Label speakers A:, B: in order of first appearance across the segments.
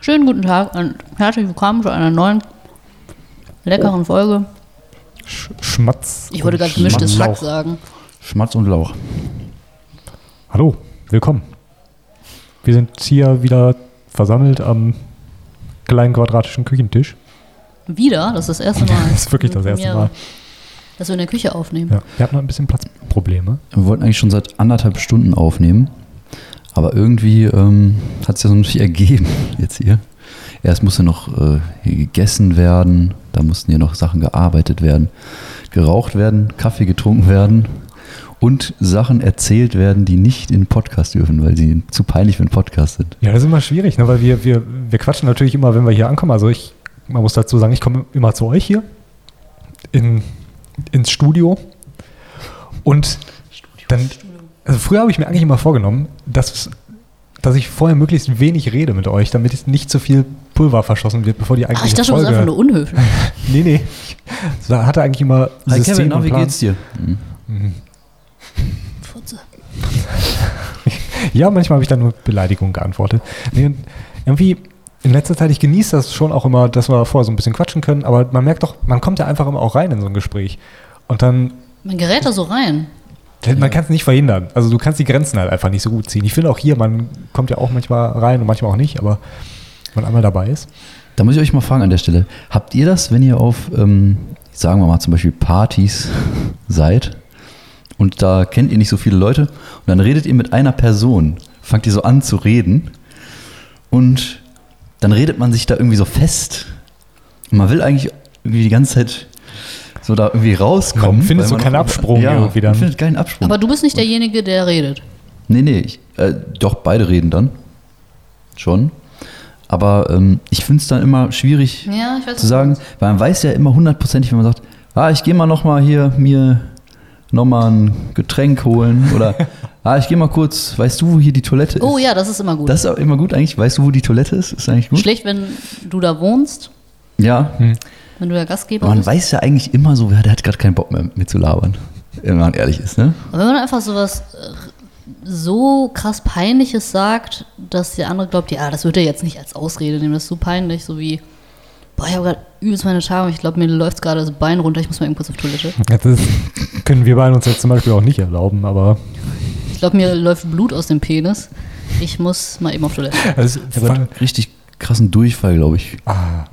A: Schönen guten Tag und herzlich willkommen zu einer neuen leckeren Folge.
B: Sch Schmatz.
A: Ich wollte
B: und
A: gerade gemischtes
B: Schmatz-
A: Hack
B: Lauch.
A: sagen.
C: Schmatz und Lauch.
B: Hallo, willkommen. Wir sind hier wieder versammelt am kleinen quadratischen Küchentisch.
A: Wieder, das ist das erste Mal.
B: Das ist wirklich das
A: mit
B: erste
A: mir,
B: Mal.
A: Dass wir in der Küche aufnehmen.
B: Ja. Wir hatten noch ein bisschen Platzprobleme.
C: Wir wollten eigentlich schon seit anderthalb Stunden aufnehmen, aber irgendwie ähm, hat es ja so nicht ergeben jetzt hier. Erst musste noch äh, hier gegessen werden, da mussten hier noch Sachen gearbeitet werden, geraucht werden, Kaffee getrunken werden und Sachen erzählt werden, die nicht in den Podcast dürfen, weil sie zu peinlich für einen Podcast sind.
B: Ja, das ist immer schwierig, ne? weil wir, wir, wir quatschen natürlich immer, wenn wir hier ankommen. Also ich, man muss dazu sagen, ich komme immer zu euch hier in, ins Studio. Und dann, also früher habe ich mir eigentlich immer vorgenommen, dass, dass ich vorher möglichst wenig rede mit euch, damit es nicht zu viel Pulver verschossen wird, bevor die
A: Ach, Ah, ich
B: eigentliche
A: dachte, schon, das
B: Folge...
A: ist einfach nur unhöflich.
B: nee, nee. Ich hatte eigentlich immer System und Plan. Mhm.
C: dir?
A: Furze.
B: Ja, manchmal habe ich dann nur Beleidigungen geantwortet. Nee, und irgendwie in letzter Zeit, ich genieße das schon auch immer, dass wir vorher so ein bisschen quatschen können, aber man merkt doch, man kommt ja einfach immer auch rein in so ein Gespräch. Und dann,
A: Man gerät da so rein.
B: man kann es nicht verhindern. Also du kannst die Grenzen halt einfach nicht so gut ziehen. Ich finde auch hier, man kommt ja auch manchmal rein und manchmal auch nicht, aber wenn man einmal dabei ist.
C: Da muss ich euch mal fragen an der Stelle. Habt ihr das, wenn ihr auf, ähm, sagen wir mal zum Beispiel Partys seid und da kennt ihr nicht so viele Leute und dann redet ihr mit einer Person, fangt ihr so an zu reden und dann redet man sich da irgendwie so fest und man will eigentlich irgendwie die ganze Zeit so da irgendwie rauskommen.
B: Man findet
C: weil
B: so keinen
C: auch-
B: Absprung
C: ja,
B: irgendwie dann.
C: Man findet keinen Absprung.
A: Aber du bist nicht derjenige, der redet.
C: Nee, nee, ich, äh, doch, beide reden dann. Schon. Aber ähm, ich finde es dann immer schwierig
A: Ja, ich weiß
C: zu sagen, weil man weiß ja immer hundertprozentig, wenn man sagt, ah, ich gehe mal nochmal hier mir nochmal ein Getränk holen oder ah, ich gehe mal kurz, weißt du, wo hier die Toilette ist?
A: Oh ja, das ist immer gut.
C: Das ist auch immer gut eigentlich. Weißt du, wo die Toilette ist? Ist
B: Hm?
C: eigentlich gut.
A: Schlecht, Hm. wenn du da wohnst,
C: ja.
A: wenn du der Gastgeber
C: Aber man
A: bist.
C: weiß ja eigentlich immer so, ja, der hat gerade keinen Bock mehr mit zu labern. Wenn man ehrlich ist, ne?
A: Aber wenn man einfach sowas äh, so krass Peinliches sagt, dass der andere glaubt, ja, das wird er jetzt nicht als Ausrede nehmen, das ist so peinlich, so wie, boah, ich habe gerade übelst meine Tage, ich glaube, mir läuft gerade das Bein runter, ich muss mal eben kurz auf Toilette.
B: Das ist, können wir beiden uns jetzt zum Beispiel auch nicht erlauben, aber
A: Ich glaube, mir läuft Blut aus dem Penis, ich muss mal eben auf Toilette.
B: es
C: Ich hab grad richtig krassen Durchfall, glaube ich.
B: Ah.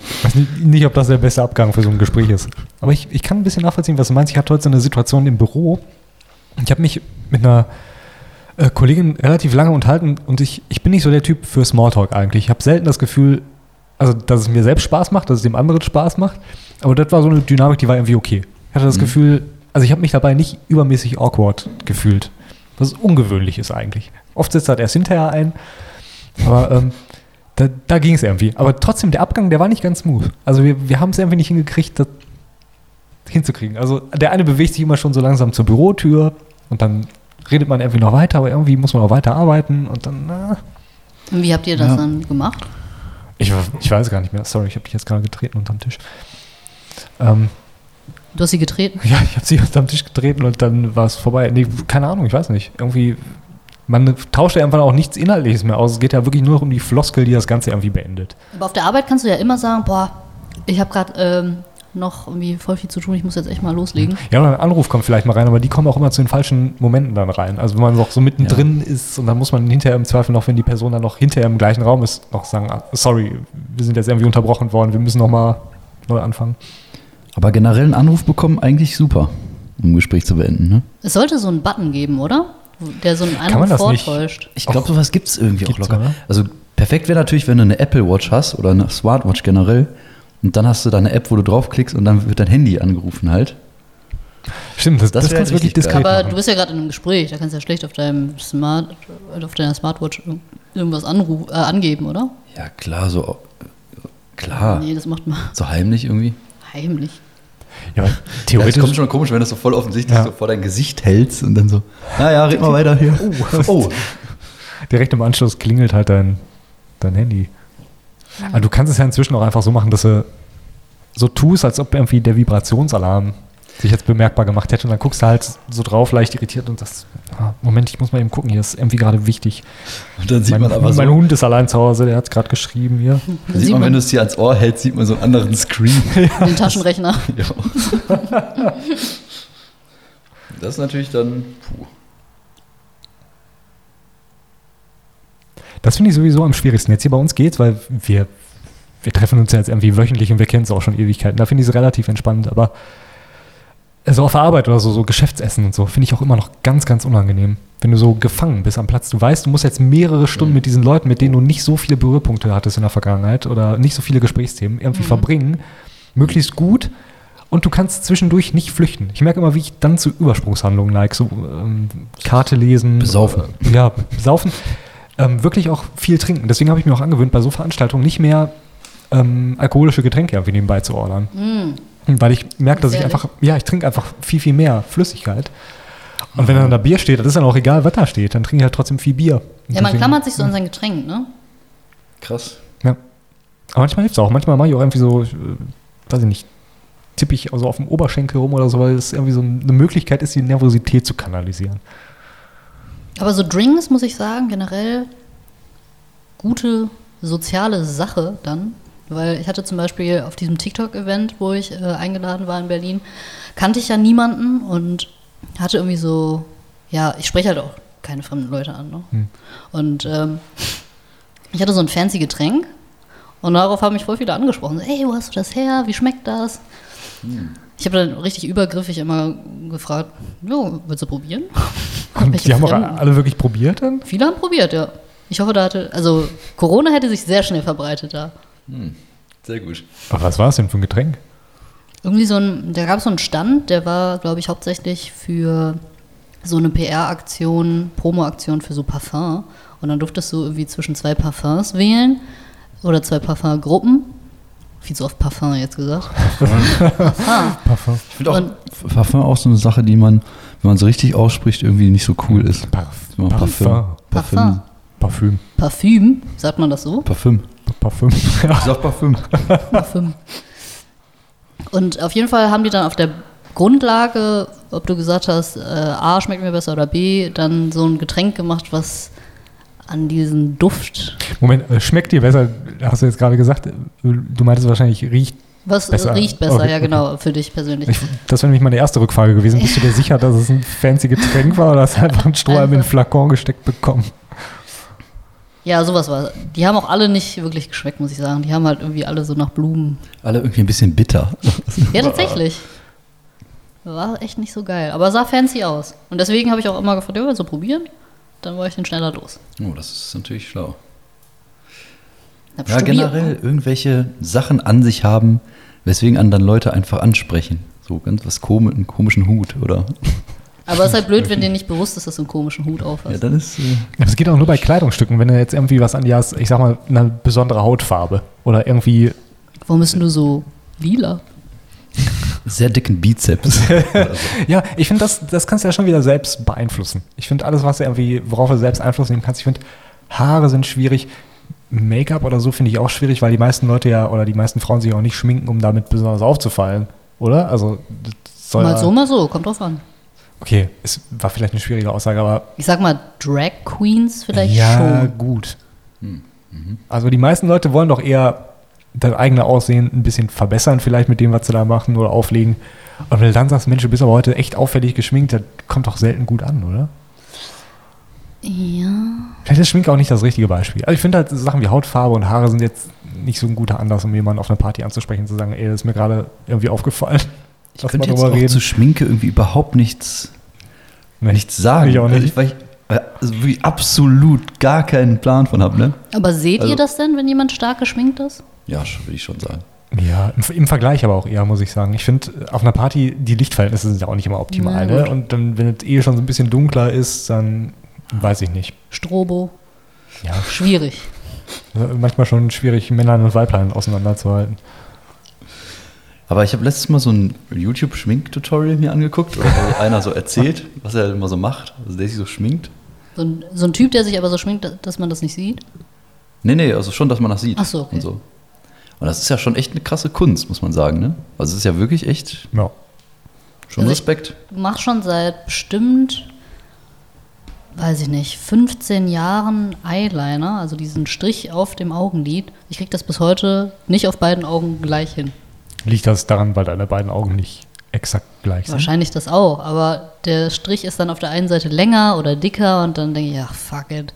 B: Ich weiß nicht, nicht, ob das der beste Abgang für so ein Gespräch ist. Aber ich, ich kann ein bisschen nachvollziehen, was du meinst. Ich hatte heute so eine Situation im Büro. Ich habe mich mit einer äh, Kollegin relativ lange unterhalten und ich, ich bin nicht so der Typ für Smalltalk eigentlich. Ich habe selten das Gefühl, also dass es mir selbst Spaß macht, dass es dem anderen Spaß macht. Aber das war so eine Dynamik, die war irgendwie okay. Ich hatte das Gefühl, also ich habe mich dabei nicht übermäßig awkward gefühlt. Was ungewöhnlich ist eigentlich. Oft sitzt halt erst hinterher ein. Aber ähm, da, da ging es irgendwie. Aber trotzdem, der Abgang, der war nicht ganz smooth. Also wir, wir haben es irgendwie nicht hingekriegt, das hinzukriegen. Also der eine bewegt sich immer schon so langsam zur Bürotür und dann redet man irgendwie noch weiter, aber irgendwie muss man auch weiter arbeiten und dann, na,
A: Und wie habt ihr das
C: Ja.
A: dann gemacht?
B: ich, ich weiß gar nicht mehr. Sorry, ich habe dich jetzt gerade getreten unterm Tisch. Ähm,
A: Du hast sie getreten?
B: ja, ich habe sie unterm Tisch getreten und dann war es vorbei. Nee, keine Ahnung, ich weiß nicht. Irgendwie, man tauscht ja einfach auch nichts Inhaltliches mehr aus. Es geht ja wirklich nur noch um die Floskel, die das Ganze irgendwie beendet.
A: Aber auf der Arbeit kannst du ja immer sagen, boah, ich habe gerade ähm, noch irgendwie voll viel zu tun, ich muss jetzt echt mal loslegen.
B: Ja, oder ein Anruf kommt vielleicht mal rein, aber die kommen auch immer zu den falschen Momenten dann rein. Also wenn man noch so mittendrin ist und dann muss man hinterher im Zweifel noch, wenn die Person dann noch hinterher im gleichen Raum ist, noch sagen, ah, sorry, wir sind jetzt irgendwie unterbrochen worden, wir müssen nochmal neu anfangen.
C: Aber generell einen Anruf bekommen, eigentlich super, um ein Gespräch zu beenden, ne?
A: Es sollte so einen Button geben, oder? Wo- Der so einen
B: man
A: Eindruck
B: das nicht?
A: vortäuscht.
C: Ich glaube, sowas gibt es irgendwie
B: Gibt's,
C: auch locker.
B: oder?
C: Also perfekt wäre natürlich, wenn du eine Apple Watch hast oder eine Smartwatch generell. Und dann hast du da eine App, wo du draufklickst und dann wird dein Handy angerufen halt.
B: Stimmt, das,
C: Das
B: das,
C: wär
B: kannst du wirklich
C: richtig geil.
B: diskret
A: Aber du
B: machen.
A: bist ja gerade in einem Gespräch, da kannst du ja schlecht auf deinem Smart, auf deiner Smartwatch irg- irgendwas anruf, äh, angeben, oder?
C: Ja, klar, so. Klar.
A: Nee, das macht man
C: So heimlich irgendwie.
A: heimlich.
B: Ja, aber
C: Ja, es kommt
B: theoretisch,
C: schon komisch, wenn du das so voll offensichtlich
B: Ja.
C: so vor dein Gesicht hältst und dann so, naja, red mal weiter hier. Oh.
B: direkt im Anschluss klingelt halt dein, dein Handy. Also Aber du kannst es ja inzwischen auch einfach so machen, dass du so tust, als ob irgendwie der Vibrationsalarm sich jetzt bemerkbar gemacht hätte. Und dann guckst du halt so drauf, leicht irritiert und das, ah, Moment, ich muss mal eben gucken, hier ist irgendwie gerade wichtig.
C: Und dann sieht
B: Mein,
C: man aber so,
B: mein Hund ist allein zu Hause, der hat es gerade geschrieben hier.
C: sieht, man, wenn du es dir ans Ohr hältst, sieht man so einen anderen Screen.
A: den Taschenrechner.
C: Ja. das ist natürlich dann, puh.
B: Das finde ich sowieso am schwierigsten. Jetzt hier bei uns geht's, weil wir, wir treffen uns ja jetzt irgendwie wöchentlich und wir kennen es auch schon Ewigkeiten. Da finde ich es relativ entspannt, aber also auf der Arbeit oder so, so Geschäftsessen und so, finde ich auch immer noch ganz, ganz unangenehm. Wenn du so gefangen bist am Platz, du weißt, du musst jetzt mehrere Stunden mit diesen Leuten, mit denen du nicht so viele Berührpunkte hattest in der Vergangenheit oder nicht so viele Gesprächsthemen irgendwie verbringen, möglichst gut und du kannst zwischendurch nicht flüchten. Ich merke immer, wie ich dann zu Übersprungshandlungen neige, so ähm, Karte lesen.
C: Besaufen.
B: Äh, ja, besaufen. Ähm, wirklich auch viel trinken. Deswegen habe ich mir auch angewöhnt, bei so Veranstaltungen nicht mehr ähm, alkoholische Getränke irgendwie nebenbei zu ordern.
A: Mm.
B: Weil ich merke, dass ich
A: Gefährlich.
B: einfach, ja, ich trinke einfach viel, viel mehr Flüssigkeit. Und
A: Mm.
B: wenn dann da Bier steht, das ist dann auch egal, was da steht, dann trinke ich halt trotzdem viel Bier.
A: Ja,
B: Und
A: man
B: deswegen-
A: klammert sich so an sein Getränk, ne?
C: krass.
B: Ja. Aber manchmal hilft es auch. Manchmal mache ich auch irgendwie so, ich, äh, weiß ich nicht, tippe ich also auf dem Oberschenkel rum oder so, weil es irgendwie so eine Möglichkeit ist, die Nervosität zu kanalisieren.
A: Aber so Drinks, muss ich sagen, generell gute soziale Sache dann. Weil ich hatte zum Beispiel auf diesem TikTok-Event, wo ich äh, eingeladen war in Berlin, kannte ich ja niemanden und hatte irgendwie so, ja, ich spreche halt auch keine fremden Leute an. Ne?
B: Hm.
A: Und ähm, ich hatte so ein fancy Getränk und darauf haben mich voll viele angesprochen. So, hey, wo hast du das her? Wie schmeckt das? Ich habe dann richtig übergriffig immer gefragt, jo, willst du probieren?
B: Und
A: Welche
B: die haben auch
A: Fremden?
B: alle wirklich probiert dann?
A: Viele haben probiert, ja. Ich hoffe, da hatte. Also, Corona hätte sich sehr schnell verbreitet da.
C: Sehr gut.
B: Aber was war es denn für ein Getränk?
A: Irgendwie so ein. Da gab es so einen Stand, der war, glaube ich, hauptsächlich für so eine PR-Aktion, Promo-Aktion für so Parfum. Und dann durftest du irgendwie zwischen zwei Parfums wählen oder zwei Parfumgruppen. Viel zu oft Parfum jetzt gesagt. Parfum.
B: Parfum.
C: Ich finde auch
A: Und-
C: Parfum auch so eine Sache, die man, wenn man es richtig ausspricht, irgendwie nicht so cool ist.
B: Parfum.
C: Parfüm.
B: Parfüm.
A: Parfum.
B: Parfüm.
A: Parfüm, sagt man das so?
C: Parfüm.
B: Parfüm. Ja.
C: Ich sag Parfüm.
A: Parfüm. Und auf jeden Fall haben die dann auf der Grundlage, ob du gesagt hast, äh, A schmeckt mir besser oder B, dann so ein Getränk gemacht, was an diesen Duft,
B: Moment, äh, schmeckt dir besser, hast du jetzt gerade gesagt, äh, du meintest wahrscheinlich, riecht.
A: was
B: Besser.
A: riecht besser,
B: Okay,
A: ja
B: okay.
A: genau, für dich persönlich.
B: Ich, das wäre nämlich meine erste Rückfrage gewesen. Bist du dir sicher, dass es ein fancy Getränk war oder hast du einfach einen Strohhalm in den Flakon gesteckt bekommen?
A: ja, sowas war. Die haben auch alle nicht wirklich geschmeckt, muss ich sagen. Die haben halt irgendwie alle so nach Blumen.
C: Alle irgendwie ein bisschen bitter.
A: Ja, tatsächlich. War echt nicht so geil, aber sah fancy aus. Und deswegen habe ich auch immer gefragt, ja, willst du probieren? Dann war ich den schneller los.
C: Oh, das ist natürlich schlau.
A: Hab
C: Ja,
A: studiert.
C: generell irgendwelche Sachen an sich haben, weswegen anderen Leute einfach ansprechen. So ganz was komisch, einen komischen Hut, oder?
A: Aber es ist halt blöd, wenn dir nicht bewusst ist, dass du einen komischen Hut auf hast.
C: Ja, dann ist. Äh,
B: Ja, aber Es geht auch nur bei Kleidungsstücken, wenn du jetzt irgendwie was an dir hast, ich sag mal, eine besondere Hautfarbe oder irgendwie.
A: Warum bist denn du so lila?
C: sehr dicken Bizeps.
B: Ja, ich finde, das, das kannst du ja schon wieder selbst beeinflussen. Ich finde, alles, was du irgendwie, worauf du selbst Einfluss nehmen kannst, ich finde, Haare sind schwierig. Make-up oder so finde ich auch schwierig, weil die meisten Leute ja oder die meisten Frauen sich auch nicht schminken, um damit besonders aufzufallen, oder? Also, das soll
A: Mal
B: ja-
A: so, mal so, kommt drauf an.
B: Okay, es war vielleicht eine schwierige Aussage, aber
A: Ich sag mal, Drag Queens vielleicht
B: ja,
A: schon.
B: gut. Also die meisten Leute wollen doch eher das eigene Aussehen ein bisschen verbessern, vielleicht mit dem, was sie da machen oder auflegen. Und wenn du dann sagst, Mensch, du bist aber heute echt auffällig geschminkt, das kommt doch selten gut an, oder?
A: Ja.
B: Vielleicht ist Schminke auch nicht das richtige Beispiel. Also ich finde halt so Sachen wie Hautfarbe und Haare sind jetzt nicht so ein guter Anlass, um jemanden auf einer Party anzusprechen und zu sagen, ey, das ist mir gerade irgendwie aufgefallen.
C: Ich könnte jetzt auch zu
B: reden.
C: Schminke irgendwie überhaupt nichts,
B: Nee.
C: nichts sagen.
B: Ich auch nicht.
C: Weil ich äh, also wirklich absolut gar keinen Plan von habe, ne?
A: Aber seht
C: Also-
A: ihr das denn, wenn jemand stark geschminkt ist?
C: Ja, sch- würde ich schon sagen.
B: Ja, im, im Vergleich aber auch eher, muss ich sagen. Ich finde, auf einer Party, die Lichtverhältnisse sind ja auch nicht immer optimal.
A: Na gut.
B: Ne? Und dann, wenn es eh schon so ein bisschen dunkler ist, dann weiß ich nicht.
A: Strobo,
B: Ja,
A: schwierig.
B: manchmal schon schwierig, Männlein und Weiblein auseinanderzuhalten.
C: Aber ich habe letztes Mal so ein YouTube-Schmink-Tutorial mir angeguckt, oder wo einer so erzählt, was er immer so macht, also der sich so schminkt.
A: So ein, so ein Typ, der sich aber so schminkt, dass man das nicht sieht.
C: Nee, nee, also schon, dass man das sieht.
A: Ach so, okay.
C: Und, so. und das ist ja schon echt eine krasse Kunst, muss man sagen, ne? Also es ist ja wirklich echt
B: Ja.
C: Schon
A: Also ich-
C: Respekt.
A: mache schon seit bestimmt, weiß ich nicht, 15 Jahren Eyeliner, also diesen Strich auf dem Augenlid. Ich kriege das bis heute nicht auf beiden Augen gleich hin.
B: Liegt das daran, weil deine beiden Augen nicht exakt gleich sind?
A: Wahrscheinlich das auch, aber der Strich ist dann auf der einen Seite länger oder dicker und dann denke ich, ach fuck it.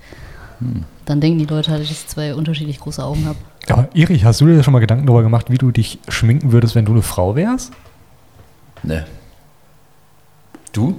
A: Dann denken die Leute halt, dass ich zwei unterschiedlich große Augen habe.
B: Aber Erich, hast du dir schon mal Gedanken darüber gemacht, wie du dich schminken würdest, wenn du eine Frau wärst?
C: Ne. Du?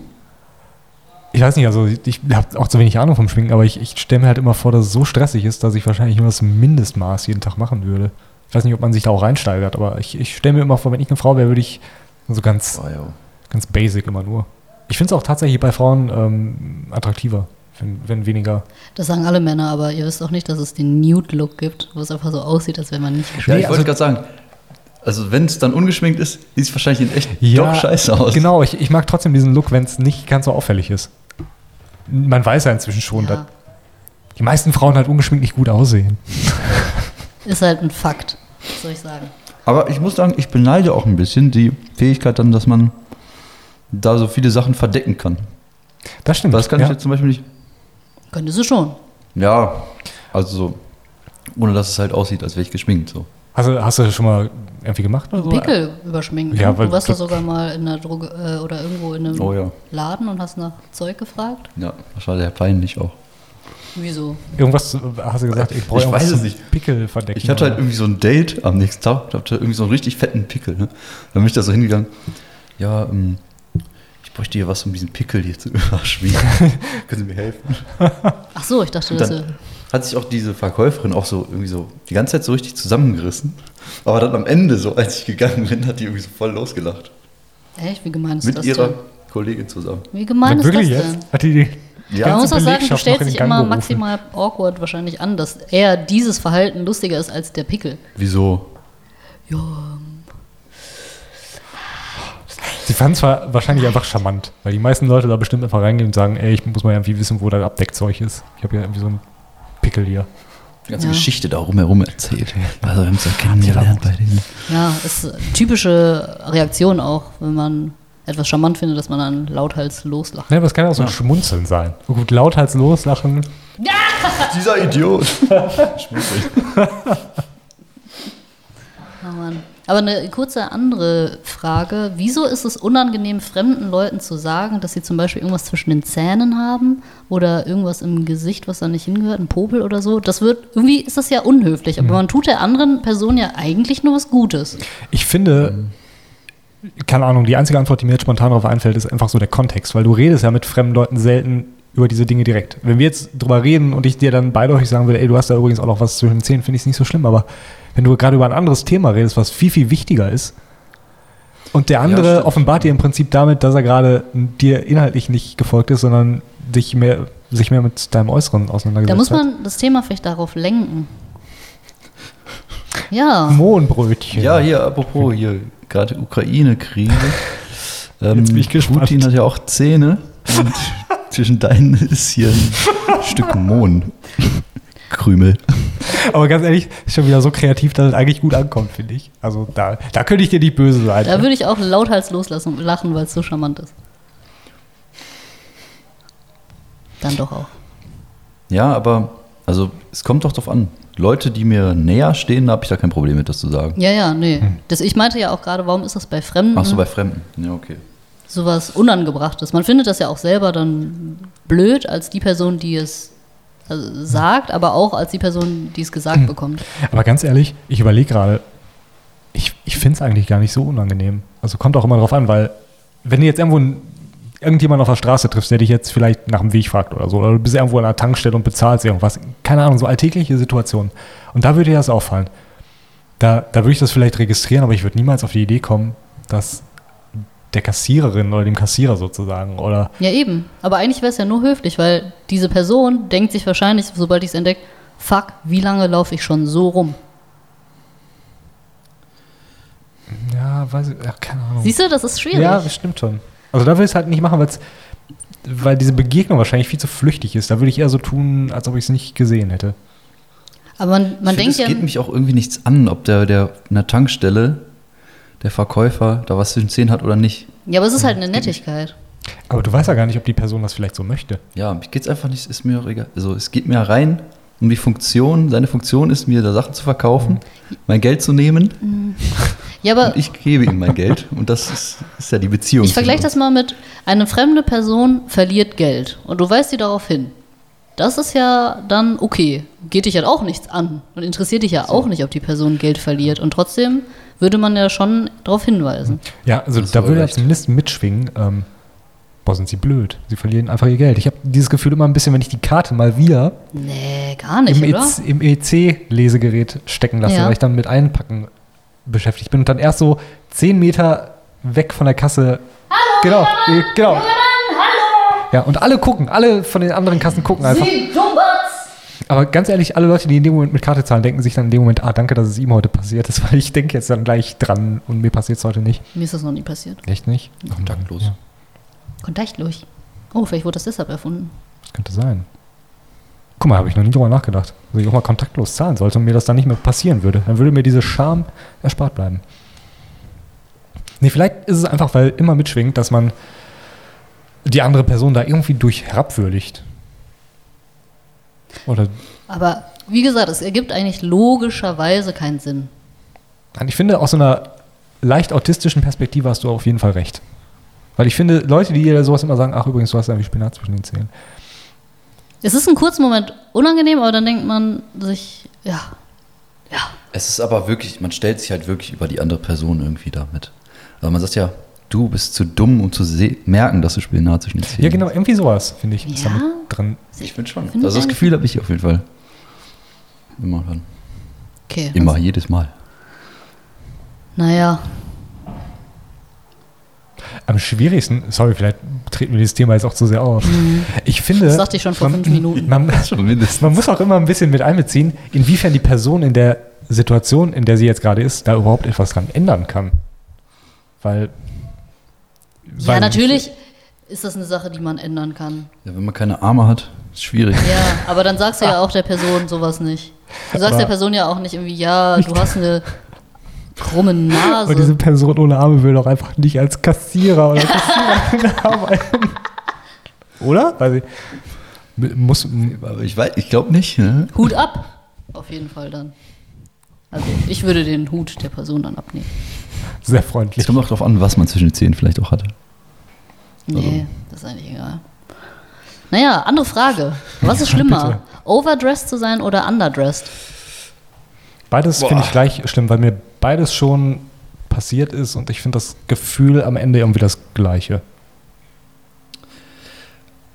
B: Ich weiß nicht, also ich habe auch zu wenig Ahnung vom Schminken, aber ich, ich stelle mir halt immer vor, dass es so stressig ist, dass ich wahrscheinlich immer das Mindestmaß jeden Tag machen würde. Ich weiß nicht, ob man sich da auch reinsteigert, aber ich, ich stelle mir immer vor, wenn ich eine Frau wäre, würde ich so ganz,
C: Oh, ja.
B: ganz basic immer nur. Ich finde es auch tatsächlich bei Frauen ähm, attraktiver, wenn, wenn weniger.
A: Das sagen alle Männer, aber ihr wisst auch nicht, dass es den Nude-Look gibt, wo es einfach so aussieht, als wenn man nicht geschminkt
C: Ja,
B: Nee,
C: ich wollte gerade sagen, also wenn es dann ungeschminkt ist, sieht es wahrscheinlich in echt doch scheiße aus.
B: Genau, ich, ich mag trotzdem diesen Look, wenn es nicht ganz so auffällig ist. Man weiß ja inzwischen schon, dass
A: ja.
B: die meisten Frauen halt ungeschminkt nicht gut aussehen.
A: Ist halt ein Fakt, was soll ich sagen.
C: Aber ich muss sagen, ich beneide auch ein bisschen die Fähigkeit dann, dass man da so viele Sachen verdecken kann.
B: Das stimmt.
C: Das kann
B: ja.
C: ich jetzt zum Beispiel nicht.
A: Könntest du schon.
C: Ja, also so, ohne dass es halt aussieht, als wäre ich geschminkt. So.
B: hast, du, Also, hast du das schon mal irgendwie gemacht? Oder so?
A: Pickel überschminken.
B: Also, Ja,
A: Ja,
B: weil
A: du warst
B: das-
A: doch sogar mal in der Droge äh, oder irgendwo in einem
C: Oh ja.
A: Laden und hast nach Zeug gefragt.
C: Ja, das war sehr peinlich auch.
A: Wieso?
B: Irgendwas äh, hast du gesagt, ich brauche
C: Ich
B: irgendwas
C: weiß es
B: zum
C: nicht.
B: Pickel verdecken.
C: Ich hatte halt
B: oder?
C: irgendwie so ein Date am nächsten Tag, ich hatte irgendwie so einen richtig fetten Pickel. Ne? Dann bin ich da so hingegangen. Ja, ähm, ich bräuchte hier was, um diesen Pickel hier zu überschminken. Können Sie mir helfen?
A: Ach so, ich dachte,
C: Und
A: dass
C: dann
A: du,
C: hat sich auch diese Verkäuferin auch so irgendwie so die ganze Zeit so richtig zusammengerissen. Aber dann am Ende, so als ich gegangen bin, hat die irgendwie so voll losgelacht.
A: echt, wie gemein ist das
C: Mit ihrer
A: denn?
C: Kollegin zusammen.
A: Wie gemein ist das
B: Wirklich
A: denn?
B: jetzt? Hat die die
C: Ja.
A: Man
B: ganze
A: muss auch sagen, du
B: Belegschaft noch
A: stellst
B: in den
A: dich
B: Gang
A: immer
B: gerufen?
A: maximal awkward wahrscheinlich an, dass eher dieses Verhalten lustiger ist als der Pickel.
C: Wieso?
A: Ja,
B: Sie fand es wahrscheinlich einfach charmant, weil die meisten Leute da bestimmt einfach reingehen und sagen, ey, ich muss mal irgendwie wissen, wo das Abdeckzeug ist. Ich habe ja irgendwie so einen Pickel hier.
C: Die ganze
A: Ja.
C: Geschichte da rumherum erzählt. Also wir haben es ja kennengelernt bei denen.
A: ja ist äh, typische Reaktion auch, wenn man etwas charmant findet, dass man dann lauthals loslacht.
B: Ne, aber es kann auch so ein Schmunzeln sein. Oh, Gut, lauthals loslachen.
C: Dieser Idiot.
A: Oh Mann. Aber eine kurze andere Frage. Wieso ist es unangenehm, fremden Leuten zu sagen, dass sie zum Beispiel irgendwas zwischen den Zähnen haben oder irgendwas im Gesicht, was da nicht hingehört, ein Popel oder so? Das wird, irgendwie ist das ja unhöflich,
B: Hm.
A: aber man tut der anderen Person ja eigentlich nur was Gutes.
B: Ich finde, keine Ahnung, die einzige Antwort, die mir jetzt spontan darauf einfällt, ist einfach so der Kontext, weil du redest ja mit fremden Leuten selten über diese Dinge direkt. Wenn wir jetzt drüber reden und ich dir dann beiläufig sagen würde, ey, du hast da übrigens auch noch was zwischen den Zähnen, finde ich es nicht so schlimm, aber wenn du gerade über ein anderes Thema redest, was viel, viel wichtiger ist, und der andere
C: stimmt.
B: offenbart dir im Prinzip damit, dass er gerade dir inhaltlich nicht gefolgt ist, sondern dich mehr, sich mehr mit deinem Äußeren
A: Da
B: auseinandergesetzt
A: muss
B: hat.
A: man das Thema vielleicht darauf lenken. Ja,
B: Mohnbrötchen.
C: Ja, hier, apropos, hier, gerade Ukraine-Krieg. Ähm,
B: Jetzt bin ich gespannt.
C: Putin hat ja auch Zähne. Und zwischen deinen ist hier ein Stück Mohn. Krümel.
B: Aber ganz ehrlich, ist schon wieder so kreativ, dass es eigentlich gut ankommt, finde ich. Also da, da könnte ich dir nicht böse sein.
A: da würde ich auch lauthals loslassen und lachen, weil es so charmant ist. Dann doch auch.
C: Ja, aber also es kommt doch drauf an. Leute, die mir näher stehen, da habe ich da kein Problem mit, das zu sagen.
A: Ja, ja, nee. Das, ich meinte ja auch gerade, warum ist das bei Fremden
C: Hm.
B: Mhm.
C: Ach so, bei Fremden. Ja, okay.
A: sowas Unangebrachtes? Man findet das ja auch selber dann blöd als die Person, die es äh, sagt, aber auch als die Person, die es
C: Hm.
A: gesagt bekommt.
B: Aber ganz ehrlich, ich überlege gerade, ich, ich finde es eigentlich gar nicht so unangenehm. Also kommt auch immer drauf an, weil wenn du jetzt irgendwo ein, irgendjemand auf der Straße triffst, der dich jetzt vielleicht nach dem Weg fragt oder so, oder du bist irgendwo an einer Tankstelle und bezahlst irgendwas, keine Ahnung, so alltägliche Situationen. Und da würde dir das auffallen. Da, da würde ich das vielleicht registrieren, aber ich würde niemals auf die Idee kommen, dass der Kassiererin oder dem Kassierer sozusagen oder
A: Ja, eben. Aber eigentlich wäre es ja nur höflich, weil diese Person denkt sich wahrscheinlich, sobald ich es entdeckt, fuck, wie lange laufe ich schon so rum?
B: Ja, weiß ich, ja, keine Ahnung.
C: Oh.
A: Siehst du, das ist schwierig.
B: ja, das stimmt schon. Also da will ich es halt nicht machen, weil's, weil diese Begegnung wahrscheinlich viel zu flüchtig ist. Da würde ich eher so tun, als ob ich es nicht gesehen hätte.
A: aber man, man
C: ich
A: denkt
C: finde,
A: ja,
C: es geht mich auch irgendwie nichts an, ob der, der in der Tankstelle der Verkäufer da was zwischen Zehen hat oder nicht.
A: Ja, aber es ist halt eine Nettigkeit.
B: Aber du weißt ja gar nicht, ob die Person das vielleicht so möchte.
C: Ja, mich geht's einfach nicht, ist mir auch egal. Also es geht mir rein um die Funktion, seine Funktion ist mir, da Sachen zu verkaufen,
A: Mhm.
C: mein Geld zu nehmen
A: Ja, aber
C: und ich gebe ihm mein Geld und das ist, ist ja die Beziehung.
A: Äh. Ich vergleiche
C: zwischen
A: das mal mit, eine fremde Person verliert Geld und du weißt sie darauf hin. Das ist ja dann okay. Geht dich ja auch nichts an und interessiert dich ja auch nicht, ob die Person Geld verliert. Und trotzdem würde man ja schon darauf hinweisen.
B: Ja, also
C: Das
B: da
C: war
B: würde er
C: recht.
B: zumindest mitschwingen. Ähm, boah, sind sie blöd. Sie verlieren einfach ihr Geld. Ich habe dieses Gefühl immer ein bisschen, wenn ich die Karte mal wieder
A: Nee, gar nicht,
B: im,
A: oder?
B: EC, im EC-Lesegerät stecken lasse,
A: Ja.
B: weil ich dann mit Einpacken beschäftigt bin und dann erst so 10 Meter weg von der Kasse. Hallo! Genau, äh, genau. Ja, und alle gucken, alle von den anderen Kassen gucken einfach. Aber ganz ehrlich, alle Leute, die in dem Moment mit Karte zahlen, denken sich dann in dem Moment, ah, danke, dass es ihm heute passiert ist, weil ich denke jetzt dann gleich dran und mir passiert es heute nicht.
A: Mir ist das noch nie passiert.
B: Echt nicht?
C: Kontaktlos.
B: Ja,
A: Kontaktlos. Oh, vielleicht wurde das deshalb erfunden.
B: das könnte sein. Guck mal, habe ich noch nie drüber nachgedacht. Dass ich auch mal kontaktlos zahlen sollte und mir das dann nicht mehr passieren würde. Dann würde mir diese Scham erspart bleiben. Nee, vielleicht ist es einfach, weil immer mitschwingt, dass man die andere Person da irgendwie durch herabwürdigt. Oder
A: Aber wie gesagt, es ergibt eigentlich logischerweise keinen Sinn.
B: Nein, Ich finde, aus so einer leicht autistischen Perspektive hast du auf jeden Fall recht. Weil ich finde, Leute, die dir sowas immer sagen, ach übrigens, du hast irgendwie Spinat zwischen den Zähnen.
A: Es ist einen kurzen Moment unangenehm, aber dann denkt man sich, ja, ja,
C: Es ist aber wirklich, man stellt sich halt wirklich über die andere Person irgendwie damit. Also man sagt ja, du bist zu dumm, um zu se- merken, dass du Spinat zwischen den Zähnen
B: Ja, genau, irgendwie sowas, finde ich, ist
A: Ja.
B: damit drin.
C: hast. Ich finde schon.
A: Find
C: also
A: ich
C: das Gefühl habe ich auf jeden Fall. Immer dann.
A: okay.
C: Immer, jedes Mal.
A: Naja,
B: Am schwierigsten, sorry, vielleicht treten wir dieses Thema jetzt auch zu sehr auf. Ich finde.
A: Mhm. Das sagte ich schon vor
B: man-
A: fünf Minuten.
B: Man,
C: Schon mindestens.
B: man muss auch immer ein bisschen mit einbeziehen, inwiefern die Person in der Situation, in der sie jetzt gerade ist, da überhaupt etwas dran ändern kann. Weil.
A: ja,
B: weil-
A: natürlich ist das eine Sache, die man ändern kann.
C: Ja, wenn man keine Arme hat, ist schwierig.
A: Ja, aber dann sagst du ja auch der Person sowas nicht. Du sagst
B: Ah. Aber-
A: der Person ja auch nicht irgendwie, ja, du hast eine krumme
B: Und diese
A: Nase.
B: Person ohne Arme will doch einfach nicht als Kassierer oder Kassiererin arbeiten. Oder? Weiß ich. M- Muss, m-
C: Aber ich weiß, ich glaube nicht. Ne?
A: Hut ab. Auf jeden Fall dann. Also ich würde den Hut der Person dann abnehmen.
B: sehr
C: Es
B: freundlich.
C: kommt auch darauf an, was man zwischen den Zähnen vielleicht auch hatte.
A: Nee, das ist eigentlich egal. Naja, andere Frage. Was ist schlimmer? Overdressed zu sein oder underdressed?
B: Beides finde ich gleich schlimm, weil mir beides schon passiert ist und ich finde das Gefühl am Ende irgendwie das gleiche.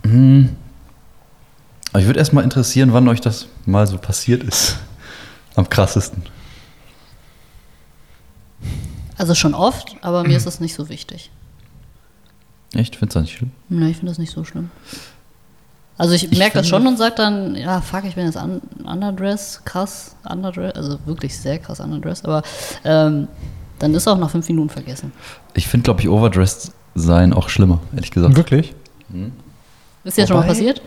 C: Hm. Aber ich würde erstmal interessieren, wann euch das mal so passiert ist. Am krassesten.
A: Also schon oft, aber mir ist das nicht so wichtig.
C: Echt? Findest du das nicht schlimm?
A: Ne, ich finde das nicht so schlimm. Also ich,
C: Ich
A: merke das
C: finde-
A: schon und sage dann, ja, fuck, ich bin jetzt un underdressed, krass, underdressed, also wirklich sehr krass underdressed, aber ähm, dann ist auch nach fünf Minuten vergessen.
C: Ich finde, glaube ich, overdressed sein auch schlimmer, ehrlich gesagt.
B: Wirklich?
A: Ist dir das schon mal
C: Wobei-
A: passiert?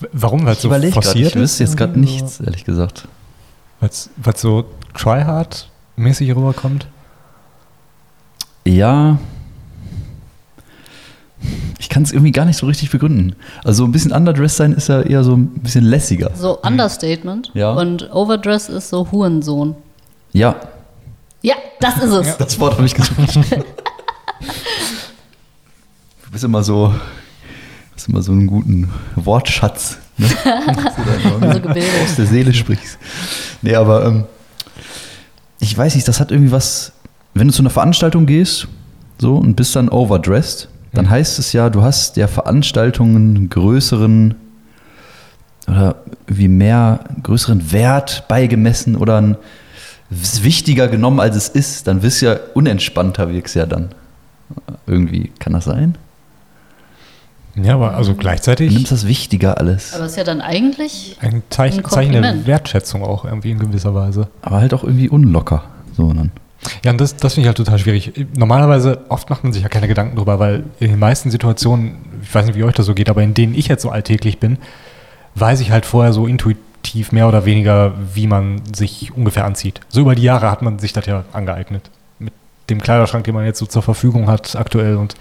B: W- Warum? Weil es
C: Ich
B: so
C: überlege gerade,
B: forciert
C: ich wüsste jetzt gerade
B: irgendwie?
C: nichts, ehrlich gesagt.
B: Weil es weil es so tryhard-mäßig rüberkommt?
C: Ja. Ich kann es irgendwie gar nicht so richtig begründen. Also ein bisschen underdressed sein ist ja eher so ein bisschen lässiger.
A: So Understatement
C: Ja.
A: und Overdress ist so Hurensohn.
C: Ja,
A: Ja, das ist es.
C: das Wort habe ich gesucht. du bist immer so, hast immer so einen guten Wortschatz. Ne?
A: Also gebildet.
C: aus der Seele sprichst. Nee, aber ähm, ich weiß nicht, das hat irgendwie was, wenn du zu einer Veranstaltung gehst so und bist dann overdressed, dann heißt es ja, du hast der Veranstaltung einen größeren oder wie mehr größeren Wert beigemessen oder ein ist wichtiger genommen, als es ist, dann wirst du ja unentspannter wirkst ja dann. Irgendwie kann das sein?
B: Ja, aber also
C: Du
B: gleichzeitig
C: Mhm. nimmst das wichtiger alles.
A: Aber ist ja dann eigentlich,
B: ein, Zeich
A: Ein
B: Zeichen der
A: Kompliment.
B: Wertschätzung auch irgendwie in gewisser Weise.
C: Aber halt auch irgendwie unlocker. So dann.
B: Ja, und das, das finde ich halt total schwierig. Normalerweise, oft macht man sich ja keine Gedanken drüber, weil in den meisten Situationen, ich weiß nicht, wie euch das so geht, aber in denen ich jetzt so alltäglich bin, weiß ich halt vorher so intuitiv mehr oder weniger, wie man sich ungefähr anzieht. So über die Jahre hat man sich das ja angeeignet. Mit dem Kleiderschrank, den man jetzt so zur Verfügung hat aktuell. Und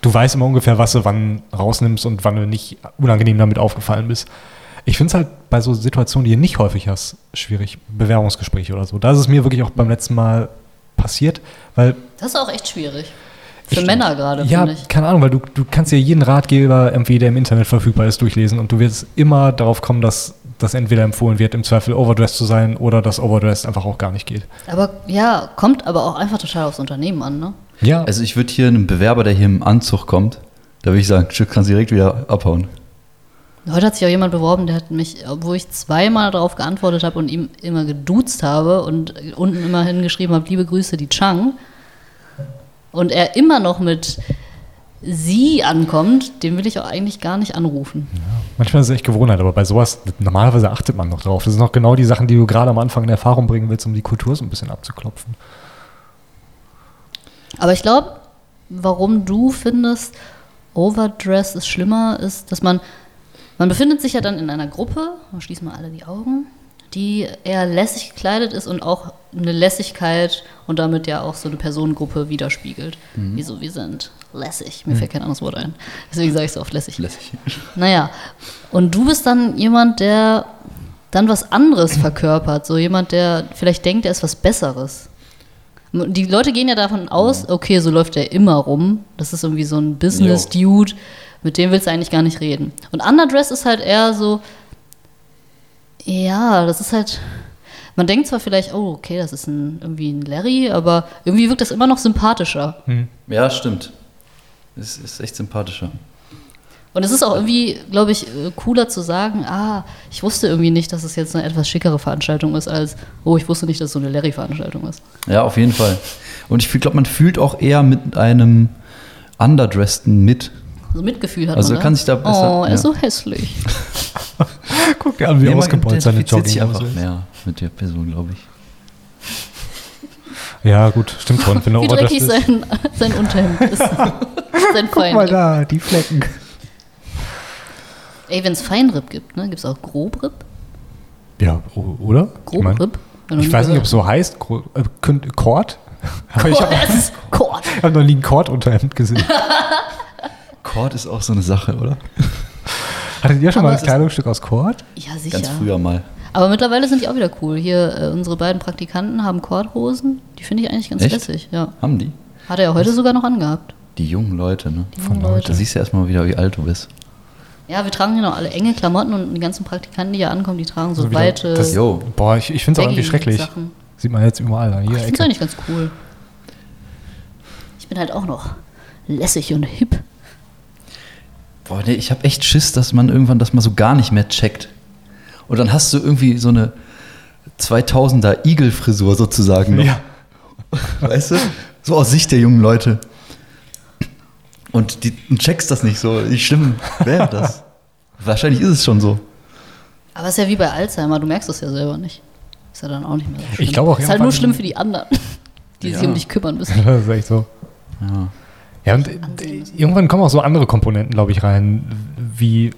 B: du weißt immer ungefähr, was du wann rausnimmst und wann du nicht unangenehm damit aufgefallen bist. Ich finde es halt bei so Situationen, die du nicht häufig hast, schwierig. Bewerbungsgespräche oder so. Da ist es mir wirklich auch beim letzten Mal passiert, weil
A: Das ist auch echt schwierig. Für
B: Ich-
A: Männer gerade,
B: ja,
A: finde ich.
B: keine Ahnung, weil du, du kannst ja jeden Ratgeber irgendwie, der im Internet verfügbar ist, durchlesen und du wirst immer darauf kommen, dass das entweder empfohlen wird, im Zweifel overdressed zu sein oder dass overdressed einfach auch gar nicht geht.
A: Aber ja, kommt aber auch einfach total aufs Unternehmen an, ne?
B: Ja,
C: Also ich würde hier einem Bewerber, der hier im Anzug kommt, da würde ich sagen, Stück kannst du direkt wieder abhauen.
A: Heute hat sich auch jemand beworben, der hat mich, obwohl ich zweimal darauf geantwortet habe und ihm immer geduzt habe und unten immer hingeschrieben habe, liebe Grüße, die Chang. Und er immer noch mit sie ankommt, den will ich auch eigentlich gar nicht anrufen.
B: manchmal ist es echt Gewohnheit, aber bei sowas, normalerweise achtet man noch drauf. Das sind auch genau die Sachen, die du gerade am Anfang in Erfahrung bringen willst, um die Kultur so ein bisschen abzuklopfen.
A: Aber ich glaube, warum du findest, Overdress ist schlimmer, ist, dass man, man befindet sich ja dann in einer Gruppe, man schließt mal alle die Augen, die eher lässig gekleidet ist und auch eine Lässigkeit und damit ja auch so eine Personengruppe widerspiegelt. Wieso, wir sind lässig. Mir fällt kein anderes Wort ein. Deswegen sage ich so oft lässig.
C: Lässig.
A: Naja, und du bist dann jemand, der dann was anderes verkörpert. So jemand, der vielleicht denkt, er ist was Besseres. Die Leute gehen ja davon aus, okay, so läuft er immer rum. Das ist irgendwie so ein Business-Dude, mit dem willst du eigentlich gar nicht reden. Und Underdress ist halt eher so, ja, das ist halt. Man denkt zwar vielleicht, oh, okay, das ist ein, irgendwie ein Larry, aber irgendwie wirkt das immer noch sympathischer.
C: Ja, stimmt. Es ist echt sympathischer.
A: Und es ist auch irgendwie, glaube ich, äh, cooler zu sagen, ah, ich wusste irgendwie nicht, dass es jetzt eine etwas schickere Veranstaltung ist, als, oh, ich wusste nicht, dass es so eine Larry-Veranstaltung ist.
C: Ja, auf jeden Fall. Und ich glaube, man fühlt auch eher mit einem Underdressten mit.
A: Also Mitgefühl hat
C: Also
A: man
C: kann sich da besser-
A: Oh, er
C: ja.
A: ist so hässlich.
B: Guck dir an, wie
C: Nee, man
B: ausgebeult seine
C: identifiziert sich
B: Jogging
C: einfach
B: ist.
C: mehr mit der Person, glaube ich.
B: Ja, gut, stimmt schon. Wenn du
A: Wie
B: overdressed
A: dreckig
B: bist.
A: sein, sein Unterhemd ist. sein Feinripp.
B: da, die Flecken.
A: Ey, wenn es Feinripp gibt, ne, gibt es auch Grobripp?
B: Ja, o- oder? Ich mein-
A: Grobripp?
B: Ich weiß nicht, ob es so heißt. Gro- äh, könnt- Kord? Aber ich habe
A: es... Gott.
B: hab noch nie ein Kord unterhemd gesehen.
C: Kord ist auch so eine Sache, oder?
B: Hattet ihr schon
A: Aber
B: mal
A: es
B: ein
A: ist-
B: Kleidungsstück aus Kord?
A: Ja, sicher.
C: Ganz früher mal.
A: Aber mittlerweile sind die auch wieder cool. Hier, äh, unsere beiden Praktikanten haben Kordhosen. Die finde ich eigentlich ganz
C: Echt?
A: lässig. Ja.
C: Haben die?
A: Hat er ja heute sogar noch angehabt.
C: Die jungen Leute, ne?
A: Die jungen
C: Da
A: Leute.
C: siehst du erstmal wieder, wie alt du bist.
A: Ja, wir tragen genau alle enge Klamotten und die ganzen Praktikanten, die hier ankommen, die tragen so
B: Also wieder-
A: weite.
B: das-
C: Jo.
B: Boah, ich, ich finde es auch
A: Baggy
B: irgendwie schrecklich.
A: Sachen.
B: Sieht man jetzt überall an
A: Ach,
B: jeder
A: ich finde es
B: Ecke.
A: eigentlich ganz cool. Ich bin halt auch noch lässig und hip.
C: Boah, nee, ich habe echt Schiss, dass man irgendwann das mal so gar nicht mehr checkt. Und dann hast du irgendwie so eine 2000er Igel-Frisur sozusagen noch.
B: Ja.
C: Weißt du? So aus Sicht der jungen Leute. Und die und checkst das nicht so. Wie schlimm wäre das? Wahrscheinlich ist es schon so.
A: Aber es ist ja wie bei Alzheimer, du merkst es ja selber nicht. Ist ja dann auch nicht mehr so schlimm.
B: glaube auch
A: Ist halt nur
B: irgendwann-
A: schlimm für die anderen, die sich
C: Ja.
A: um dich kümmern müssen.
B: Das ist echt so.
C: Ja.
B: Ja, und äh, irgendwann kommen auch so andere Komponenten, glaube ich, rein, wie äh,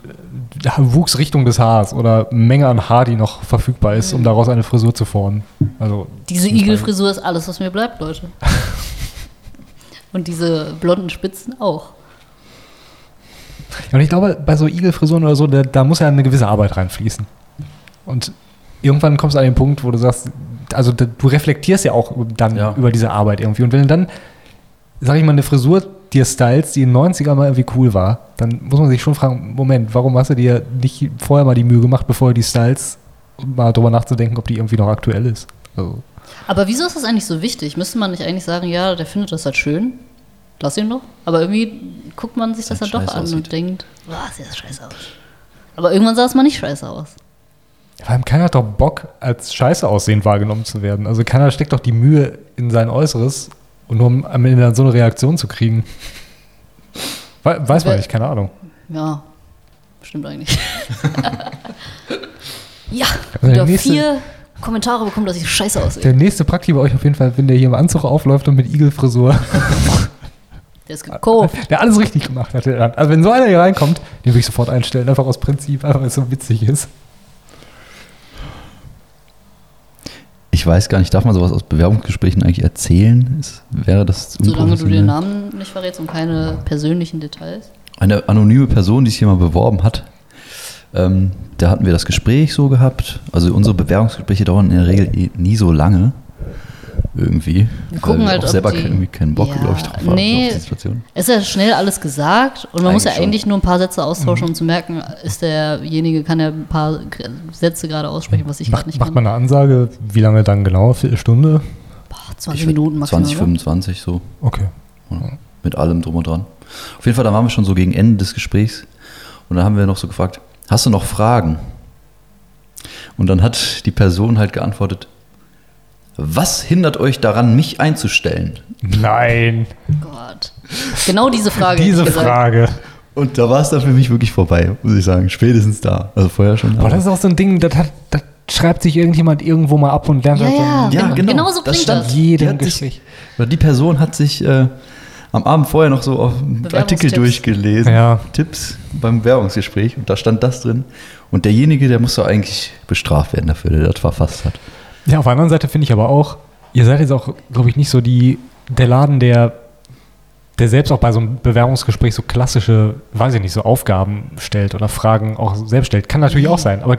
B: Wuchsrichtung des Haares oder Menge an Haar, die noch verfügbar ist,
A: Mhm.
B: um daraus eine Frisur zu formen. Also
A: Diese
B: auf jeden Fall.
A: Igelfrisur ist alles, was mir bleibt, Leute. Und diese blonden Spitzen auch.
B: Ja, Und ich glaube, bei so Igelfrisuren oder so, da, da muss ja eine gewisse Arbeit reinfließen. Und irgendwann kommst du an den Punkt, wo du sagst, also da, du reflektierst ja auch dann
C: Ja.
B: über diese Arbeit irgendwie. Und wenn du dann, sag ich mal, eine Frisur dir stylst, die in den 90ern mal irgendwie cool war, dann muss man sich schon fragen, Moment, warum hast du dir nicht vorher mal die Mühe gemacht, bevor du die stylst, um mal drüber nachzudenken, ob die irgendwie noch aktuell ist. Also,
A: Aber wieso ist das eigentlich so wichtig? Müsste man nicht eigentlich sagen, ja, der findet das halt schön, lass ihn doch. Aber irgendwie guckt man sich das
C: Dass
A: dann
C: er
A: doch
C: scheiße
A: an
C: aussieht.
A: und denkt, boah, sieht das scheiße aus. Aber irgendwann sah es mal nicht scheiße aus.
B: vor allem keiner hat doch Bock, als scheiße aussehend wahrgenommen zu werden. Also keiner steckt doch die Mühe in sein Äußeres und nur um am Ende dann so eine Reaktion zu kriegen. We weiß man
A: Wer-
B: nicht, keine Ahnung.
A: Ja, stimmt eigentlich. ja,
B: der
A: wieder
B: nächste-
A: vier Kommentare bekommen, dass ich scheiße aussehe.
B: Der nächste Prakti bei euch auf jeden Fall, wenn der hier im Anzug aufläuft und mit Igelfrisur,
A: Der ist gekauft.
B: der alles richtig gemacht hat. der dann. Also wenn so einer hier reinkommt, den würde ich sofort einstellen, einfach aus Prinzip, einfach weil es so witzig ist.
C: Ich weiß gar nicht, darf man sowas aus Bewerbungsgesprächen eigentlich erzählen? Ist, wäre das
A: Solange du
C: unprofessionell?
A: den Namen nicht verrätst und keine persönlichen Details.
C: eine anonyme Person, die sich hier mal beworben hat. Ähm, da hatten wir das Gespräch so gehabt. Also unsere Bewerbungsgespräche dauern in der Regel eh nie so lange. Irgendwie.
A: Wir gucken halt,
C: auch
A: ob
C: selber
A: die-
C: irgendwie keinen Bock,
A: Ja,
C: glaube ich, drauf haben.
A: nee.
C: Auf die Situation.
A: Es ist ja schnell alles gesagt und man muss ja
C: Eigentlich schon.
A: eigentlich nur ein paar Sätze austauschen,
B: Mhm.
A: um zu merken, ist derjenige, kann er ein paar K- Sätze gerade aussprechen, was Also ich gerade
B: Macht,
A: nicht
B: macht
A: kann.
B: man eine Ansage, wie lange dann genau? Viertelstunde?
A: Boah, 20 Minuten maximal.
C: 20,
A: oder?
C: 25 so.
B: Okay.
C: Mit allem drum und dran. Auf jeden Fall, da waren wir schon so gegen Ende des Gesprächs. Und dann haben wir noch so gefragt, hast du noch Fragen? Und dann hat die Person halt geantwortet, was hindert euch daran, mich einzustellen?
B: Nein,
A: Gott. Genau diese Frage.
B: diese
A: hätte ich gesagt.
B: Frage.
C: Und da war es dann für mich wirklich vorbei, muss ich sagen. Spätestens da. Also vorher schon.
B: Aber das ist auch so ein Ding, das, hat, das schreibt sich irgendjemand irgendwo mal ab und lernt
A: Ja,
B: halt so
A: ja,
B: ein-
A: genau. Genau so klingt das.
B: Jedem
C: die hat
B: Gespräch.
C: Sich, oder die Person hat sich äh, am Abend vorher noch so auf einen Artikel
A: Bewerbungstipps.
C: durchgelesen.
B: Ja.
C: Tipps beim Bewerbungsgespräch. Und da stand das drin. Und derjenige, der muss doch eigentlich bestraft werden dafür, der das verfasst hat.
B: Ja, auf der anderen Seite finde ich aber auch, ihr seid jetzt auch, glaube ich, nicht so die, der Laden, der, der selbst auch bei so einem Bewerbungsgespräch so klassische, weiß ich nicht, so Aufgaben stellt oder Fragen auch selbst stellt. Kann natürlich auch sein, aber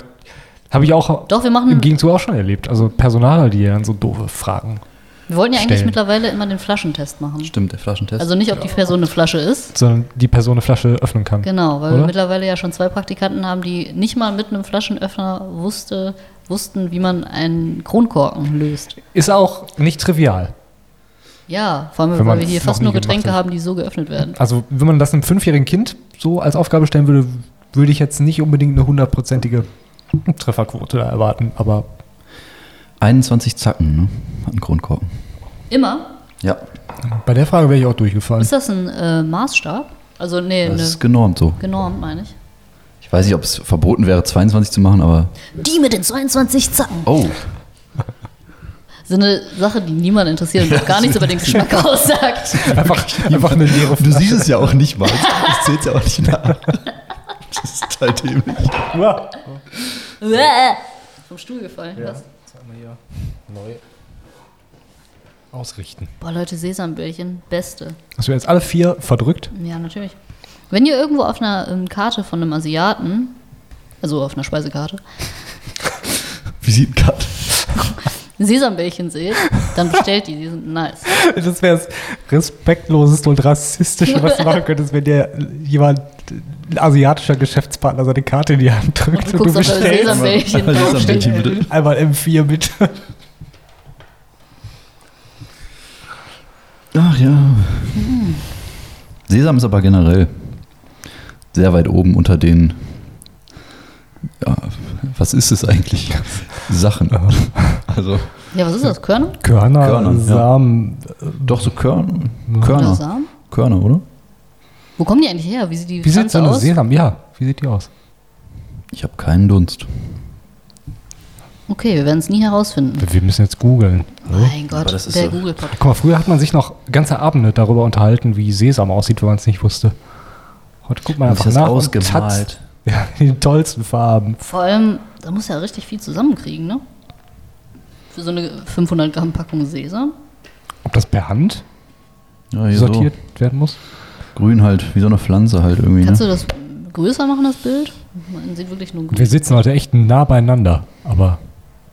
B: habe ich auch
A: Doch, mhm. wir machen-
B: im Gegenzug auch schon erlebt. Also Personaler, die dann so doofe Fragen.
A: Wir wollten ja eigentlich
B: Stellen.
A: mittlerweile immer den Flaschentest machen.
C: Stimmt, der Flaschentest.
A: Mhm. Also nicht, ob die Person eine Flasche ist.
B: sondern die Person eine Flasche öffnen kann.
A: Genau, weil wir
B: Oder?
A: mittlerweile ja schon zwei Praktikanten haben, die nicht mal mit einem Flaschenöffner wusste, wussten, wie man einen Kronkorken löst.
B: Ist auch nicht trivial.
A: Ja, vor allem,
B: Wenn
A: weil
B: man
A: wir hier
B: es
A: fast nur
B: noch nie gemacht
A: Getränke
B: hat.
A: haben, die so geöffnet werden.
B: Also wenn man das einem fünfjährigen Kind so als Aufgabe stellen würde, würde ich jetzt nicht unbedingt eine hundertprozentige Trefferquote da erwarten, aber
C: 21 Zacken, ne? Hat einen Kronkorken.
A: Immer.
C: Ja,
B: bei der Frage wäre ich auch durchgefallen.
A: Ist das ein äh, Maßstab? Also, nee,
C: Hm. das
A: ne,
C: ist genormt so.
A: genormt, meine ich.
C: Ich weiß nicht, ob es verboten wäre, 22 zu machen, aber.
A: Die mit den 22 Zacken.
C: Oh,
A: So eine Sache, die niemand interessiert und auch gar nichts über den Geschmack aussagt.
B: Einfach, einfach eine leere
C: du siehst es ja auch nicht mal. Das zählt ja auch nicht nach. Das ist halt dämlich.
B: Flasche.
A: Bäh. Vom Stuhl gefallen. Was?
B: Neu ausrichten.
A: Boah, Leute, Sesambällchen, beste.
B: Hast du Also, jetzt alle vier verdrückt?
A: Ja, natürlich. Wenn ihr irgendwo auf einer ähm, Karte von einem Asiaten, also auf einer Speisekarte,
C: Visitenkarte.
A: Sesambällchen seht, dann bestellt die, die sind nice.
B: Das wäre das respektloseste und rassistische, was du machen könntest, wenn dir jemand, ein asiatischer Geschäftspartner, seine Karte in die Hand
A: Und
B: drückt
A: du
B: und du
A: guckst auf das
B: bestellst.
A: Sesambällchen.
C: Einmal Sesambällchen,
A: draufsteht.
C: Ah, bitte.
B: Einmal M4 bitte.
C: Ach ja. Sesam ist aber generell sehr weit oben unter den. Ja, was ist es eigentlich? Sachen. Also,
A: Ja, was ist das? Körner?
B: Körner,
C: Körner, ja.
B: Samen.
C: doch so Körn,
A: Oder
C: Körner.
A: Samen?
C: Körner, oder?
A: Wo kommen die eigentlich her? Wie sieht die
B: Wie sieht so
A: Pflanze
B: eine
A: aus?
B: Sesam? Ja, wie sieht die aus?
C: Ich habe keinen Dunst.
A: Okay, wir werden es nie herausfinden.
B: Wir müssen jetzt googeln.
A: Mein Gott,
C: Aber das ist
A: der
C: so-
A: Google-Podcast.
B: Guck mal, früher hat man sich noch ganze Abende darüber unterhalten, wie Sesam aussieht, wenn man es nicht wusste. Heute guckt man
C: Hat sich
B: einfach
C: das
B: nach
C: ausgemalt?
B: tat's. Ja, in den tollsten Farben.
A: Vor allem, da muss ja richtig viel zusammenkriegen, ne? Für so eine 500 Gramm Packung Sesam.
B: Ob das per Hand
C: Ja, hier
B: sortiert werden muss?
C: So. Grün halt, wie so eine Pflanze halt irgendwie.
A: Kannst du
C: Ne?
A: das größer machen, das Bild? Man sieht wirklich nur
B: Wir
A: grün.
B: sitzen heute echt nah beieinander, aber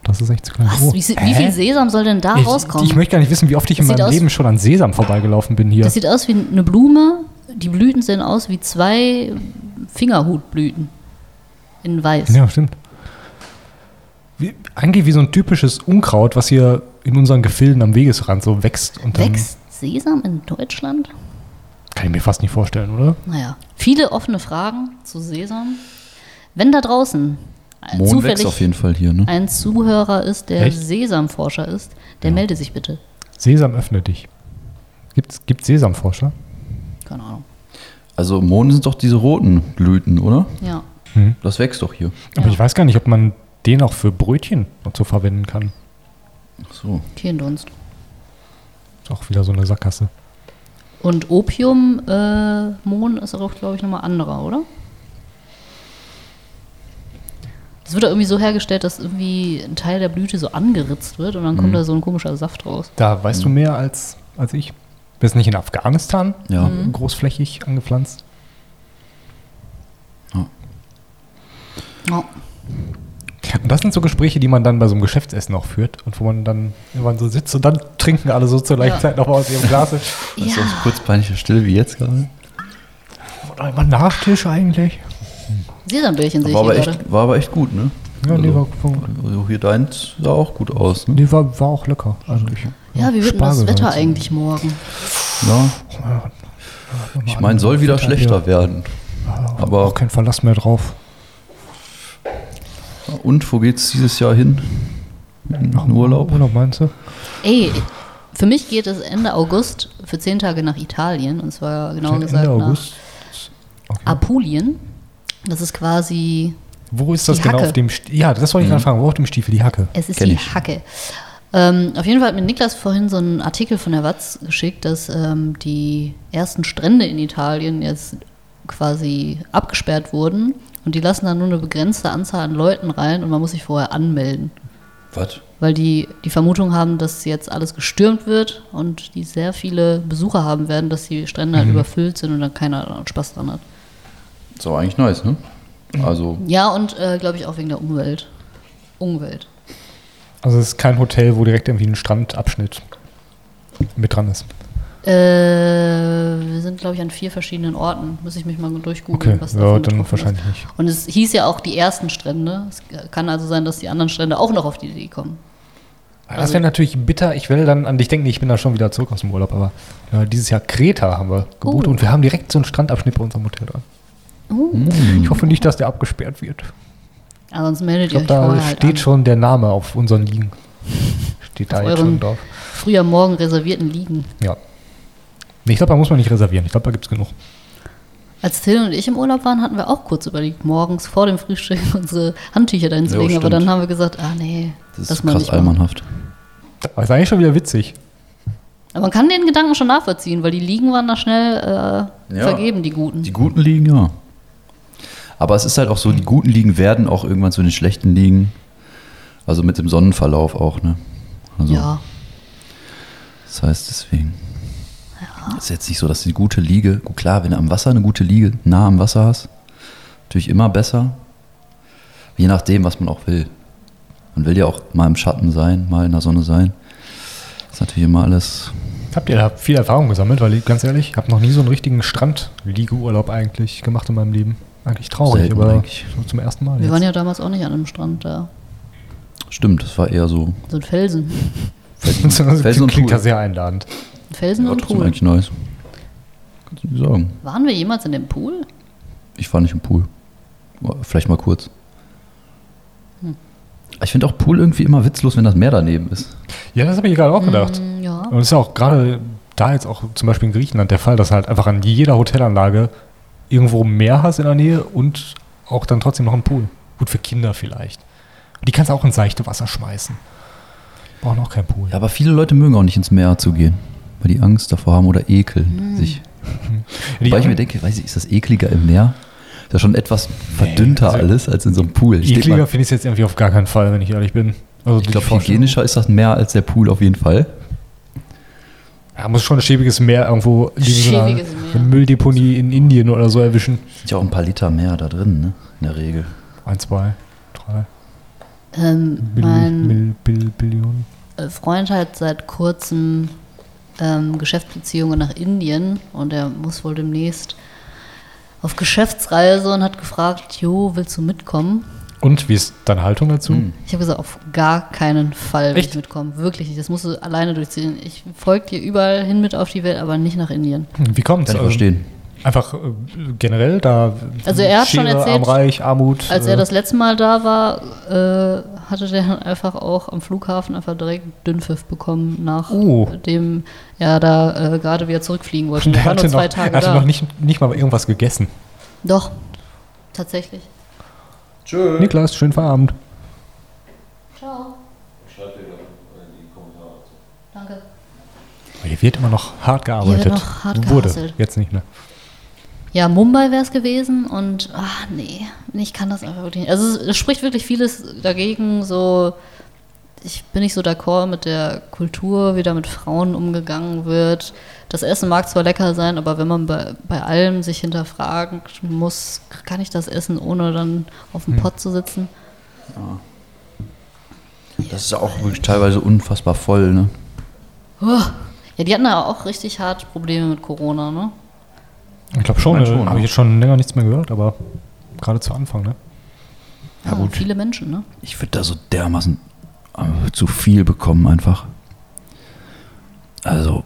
B: das ist echt zu klein.
A: Was?
B: Oh.
A: Wie, wie
B: Hä?
A: viel Sesam soll denn da rauskommen?
B: Ich, ich möchte gar nicht wissen, wie oft ich
A: Das
B: in
A: sieht
B: meinem
A: aus-
B: Leben schon an Sesam vorbeigelaufen bin hier.
A: das sieht aus wie eine Blume. Die Blüten sehen aus wie zwei Fingerhutblüten. In weiß.
B: Ja, stimmt. Wie, eigentlich wie so ein typisches Unkraut, was hier in unseren Gefilden am Wegesrand so wächst. Und dann
A: Wächst Sesam in Deutschland?
B: kann ich mir fast nicht vorstellen, oder?
A: Naja, viele offene Fragen zu Sesam. Wenn da draußen ein-
C: Mond
A: äh, zufällig
C: wächst auf jeden Fall hier, ne?
A: ein Zuhörer ist, der
B: Echt?
A: Sesamforscher ist, der melde sich bitte.
B: Sesam öffne dich. Gibt's, gibt's Sesamforscher?
A: Keine Ahnung.
C: Also Mohn sind doch diese roten Blüten, oder?
A: Ja.
C: Das wächst doch hier.
B: Aber
A: Ja.
B: ich weiß gar nicht, ob man den auch für Brötchen und so verwenden kann.
C: Ach so.
A: Kehlendunst.
B: Ist auch wieder so eine Sackgasse.
A: Und Opium, äh, Mohn ist auch, glaube ich, nochmal anderer, oder? Das wird doch irgendwie so hergestellt, dass irgendwie ein Teil der Blüte so angeritzt wird und dann
B: Mhm.
A: kommt da so ein komischer Saft raus.
B: Da weißt du mehr als, als ich. Bist nicht in Afghanistan
C: Ja.
A: Mhm.
B: großflächig angepflanzt?
A: Ja.
B: Und das sind so Gespräche, die man dann bei so einem Geschäftsessen auch führt und wo man dann irgendwann so sitzt und dann trinken alle so zur gleichen
A: Ja.
B: Zeit nochmal aus ihrem Glas.
C: Ist das kurz peinliche Stille wie jetzt gerade?
B: Oder immer Nachtisch eigentlich.
A: Sesambrötchen sehe ich
C: War aber,
A: hier gerade.
C: echt, war aber echt gut, ne?
B: Ja,
C: also,
B: nee, war,
C: also hier deins sah auch gut aus, ne?
B: nee, war, war auch lecker eigentlich.
A: Ja, wie wird denn das
B: Spargel halt
A: Wetter
B: war jetzt-
A: eigentlich morgen?
C: Ja,
B: Ich
C: ich meine, soll wieder schlechter werden.
B: Aber
C: Aber
B: auch kein Verlass mehr drauf.
C: und wo geht's dieses Jahr hin? In den Urlaub?
B: Urlaub meinst du?
A: Ey, für mich geht es Ende August für zehn Tage nach Italien und zwar genau
B: Ende
A: gesagt
B: August.
A: nach Apulien. Das ist quasi,
B: Wo ist das
A: Die
B: genau
A: Hacke.
B: auf dem Stiefel? Ja, das wollte ich gerade fragen. Wo auf dem Stiefel? Die Hacke.
A: es ist
C: Kenn
A: die
C: ich.
A: Hacke. Ähm, auf jeden Fall hat mir Niklas vorhin so einen Artikel von der Watz geschickt, dass ähm, die ersten Strände in Italien jetzt quasi abgesperrt wurden und die lassen da nur eine begrenzte Anzahl an Leuten rein und man muss sich vorher anmelden.
C: Was?
A: weil die die Vermutung haben, dass jetzt alles gestürmt wird und die sehr viele Besucher haben werden, dass die Strände
C: Mhm.
A: halt überfüllt sind und dann keiner Spaß dran hat.
C: Ist aber eigentlich nice, ne? Also,
A: Ja, und äh, glaube ich auch wegen der Umwelt. Umwelt.
B: Also es ist kein Hotel, wo direkt irgendwie ein Strandabschnitt mit dran ist.
A: Äh, wir sind, glaube ich, an vier verschiedenen Orten. Muss ich mich mal durchgoogeln,
B: Okay,
A: was
B: ja,
A: davon
B: dann
A: betroffen
B: wahrscheinlich
A: ist.
B: nicht.
A: Und es hieß ja auch die ersten Strände. Es kann also sein, dass die anderen Strände auch noch auf die Idee kommen. Also
B: das wäre natürlich bitter. Ich will dann an dich denken, ich bin da schon wieder zurück aus dem Urlaub, aber ja, dieses Jahr Kreta haben wir gebucht
A: Oh.
B: und wir haben direkt so einen Strandabschnitt bei unserem Hotel dran.
C: Oh.
A: Uh,
C: Hm,
B: Ich hoffe nicht, dass der abgesperrt wird.
A: ansonsten meldet ihr euch
B: Ich glaube, da
A: vorher halt
B: steht
A: an.
B: schon der Name auf unseren Liegen. Steht da
A: Auf
B: jetzt schon
A: euren-
B: drauf.
A: Früh am Morgen reservierten Liegen.
B: Ja. Nee, Ich glaube, da muss man nicht reservieren. Ich glaube, da gibt es genug.
A: Als Till und ich im Urlaub waren, hatten wir auch kurz überlegt, morgens vor dem Frühstück unsere Handtücher dahin zu
C: Ja,
A: legen. Aber
C: stimmt.
A: dann haben wir gesagt, ah nee,
C: das
A: das
C: ist
A: mal
C: krass
A: nicht machen.
C: allmannhaft.
B: Das ist eigentlich schon wieder witzig.
A: Aber man kann den Gedanken schon nachvollziehen, weil die Liegen waren da schnell äh,
C: Ja.
A: vergeben, die Guten.
C: Die guten Ligen, ja. Aber es ist halt auch so, die guten Ligen werden auch irgendwann zu den schlechten Ligen. Also mit dem Sonnenverlauf auch, ne? Also,
A: ja,
C: Das heißt deswegen. Ist jetzt nicht so, dass die gute Liege, gut, klar, wenn du am Wasser eine gute Liege nah am Wasser hast, natürlich immer besser. Je nachdem, was man auch will. Man will ja auch mal im Schatten sein, mal in der Sonne sein. ist natürlich immer alles.
B: Habt ihr da viel Erfahrung gesammelt? Weil ich, ganz ehrlich, ich habe noch nie so einen richtigen Strandliegeurlaub eigentlich gemacht in meinem Leben. Eigentlich traurig,
C: Selten
B: aber
C: eigentlich.
B: so zum ersten Mal.
A: wir
B: jetzt.
A: waren ja damals auch nicht an einem Strand da.
C: Stimmt, das war eher so.
A: So ein Felsen.
B: das
C: Felsen und
B: klingt
C: Pool.
B: ja sehr einladend.
A: Ein Felsen
C: Ja,
A: und
C: trotzdem
A: Pool.
C: eigentlich nice. Kannst du nicht sagen.
A: Waren wir jemals in dem Pool?
C: Ich war nicht im Pool. Vielleicht mal kurz. Ich finde auch Pool irgendwie immer witzlos, wenn das Meer daneben ist.
B: Ja, das habe ich gerade auch gedacht.
A: Hm, ja.
B: Und es ist ja auch gerade da jetzt auch zum Beispiel in Griechenland der Fall, dass halt einfach an jeder Hotelanlage irgendwo ein Meer hast in der Nähe und auch dann trotzdem noch einen Pool. Gut für Kinder vielleicht. Die kannst du auch ins seichte Wasser schmeißen. Brauchen auch keinen Pool.
C: Ja, aber viele Leute mögen auch nicht ins Meer zu gehen, weil die Angst davor haben oder ekeln sich.
B: Die
C: weil ich mir
B: an-
C: denke, weiß ich, ist das ekliger im Meer? Ist ja schon etwas verdünnter
B: also-
C: alles als in so einem Pool. Ich denk
B: Ekliger
C: mal,
B: finde ich es jetzt irgendwie auf gar keinen Fall, wenn ich ehrlich bin. Also
C: ich
B: die
C: glaube,
B: Vorstellung-
C: hygienischer ist das Meer als der Pool auf jeden Fall.
B: Ja, muss schon ein schäbiges Meer irgendwo liegen, so eine-
A: Schäbiges Meer.
B: eine Mülldeponie in Indien oder so erwischen.
C: Sind ja auch ein paar Liter mehr da drin, ne? In der Regel.
B: Ein, zwei, drei
A: Ähm,
B: Bill,
A: mein
B: Bill, Bill, Billionen.
A: äh, Freund hat seit kurzem ähm, Geschäftsbeziehungen nach Indien und er muss wohl demnächst auf Geschäftsreise und hat gefragt, Jo, willst du mitkommen?
B: Und wie ist deine Haltung dazu?
C: Hm.
A: Ich habe gesagt, auf gar keinen Fall will
B: Echt?
A: ich mitkommen. Wirklich nicht. Das musst du alleine durchziehen. Ich folge dir überall hin mit auf die Welt, aber nicht nach Indien.
B: Wie kommt's?
C: Kann ich
B: Also,
C: verstehen.
B: Einfach äh, generell da.
A: Also er hat schon erzählt,
B: Armreich, Armut.
A: Als
B: äh,
A: er das letzte Mal da war, äh, hatte der dann einfach auch am Flughafen einfach direkt Dünnpfiff bekommen, nachdem
B: Oh.
A: er da äh, gerade wieder zurückfliegen wollte.
B: Der
A: Er war
B: hatte
A: nur zwei
B: noch,
A: Tage
B: er hatte
A: da.
B: noch nicht, nicht mal irgendwas gegessen.
A: Doch, tatsächlich.
B: Niklas, schönen Feierabend.
A: Ciao. Danke.
B: Hier wird immer noch hart gearbeitet.
A: Hier wird noch hart
B: Wurde,
A: gehasselt.
B: jetzt nicht mehr.
A: Ja, Mumbai wäre es gewesen und ach nee, nee, ich kann das einfach wirklich nicht. Also es, es spricht wirklich vieles dagegen, so ich bin nicht so d'accord mit der Kultur, wie da mit Frauen umgegangen wird. Das Essen mag zwar lecker sein, aber wenn man bei, bei allem sich hinterfragen muss, kann ich das essen, ohne dann auf
B: Hm.
A: dem Pott zu sitzen?
B: ähm,
C: Das ist auch wirklich teilweise unfassbar voll, ne?
A: Huh. Oh. Ja, die hatten ja auch richtig hart Probleme mit Corona, ne?
B: Ich glaube schon,
C: Ich mein
B: äh,
C: schon,
B: habe
C: ja.
B: ich jetzt schon länger nichts mehr gehört, aber gerade zu Anfang, ne?
C: Ja, gut.
A: Viele Menschen, ne?
C: Ich würde da so dermaßen äh, zu viel bekommen einfach. Also,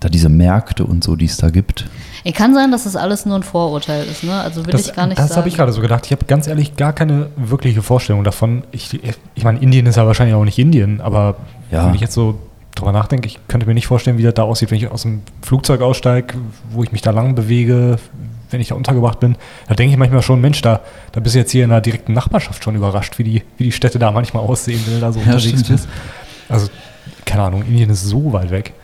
C: da diese Märkte und so, die es da gibt.
A: Ey, kann sein, dass das alles nur ein Vorurteil ist, ne? Also will
B: das
A: ich gar nicht
B: das
A: sagen.
B: habe ich gerade so gedacht. Ich habe ganz ehrlich gar keine wirkliche Vorstellung davon. Ich, ich meine, Indien ist ja wahrscheinlich auch nicht Indien, aber
C: Ja.
B: wenn ich jetzt so drüber nachdenke, ich könnte mir nicht vorstellen, wie das da aussieht, wenn ich aus dem Flugzeug aussteige, wo ich mich da lang bewege, wenn ich da untergebracht bin. Da denke ich manchmal schon, Mensch, da, da bist du jetzt hier in der direkten Nachbarschaft schon überrascht, wie die, wie die Städte da manchmal aussehen, wenn du da so unterwegs
C: stimmt.
B: bist. Also, keine Ahnung, Indien ist so weit weg.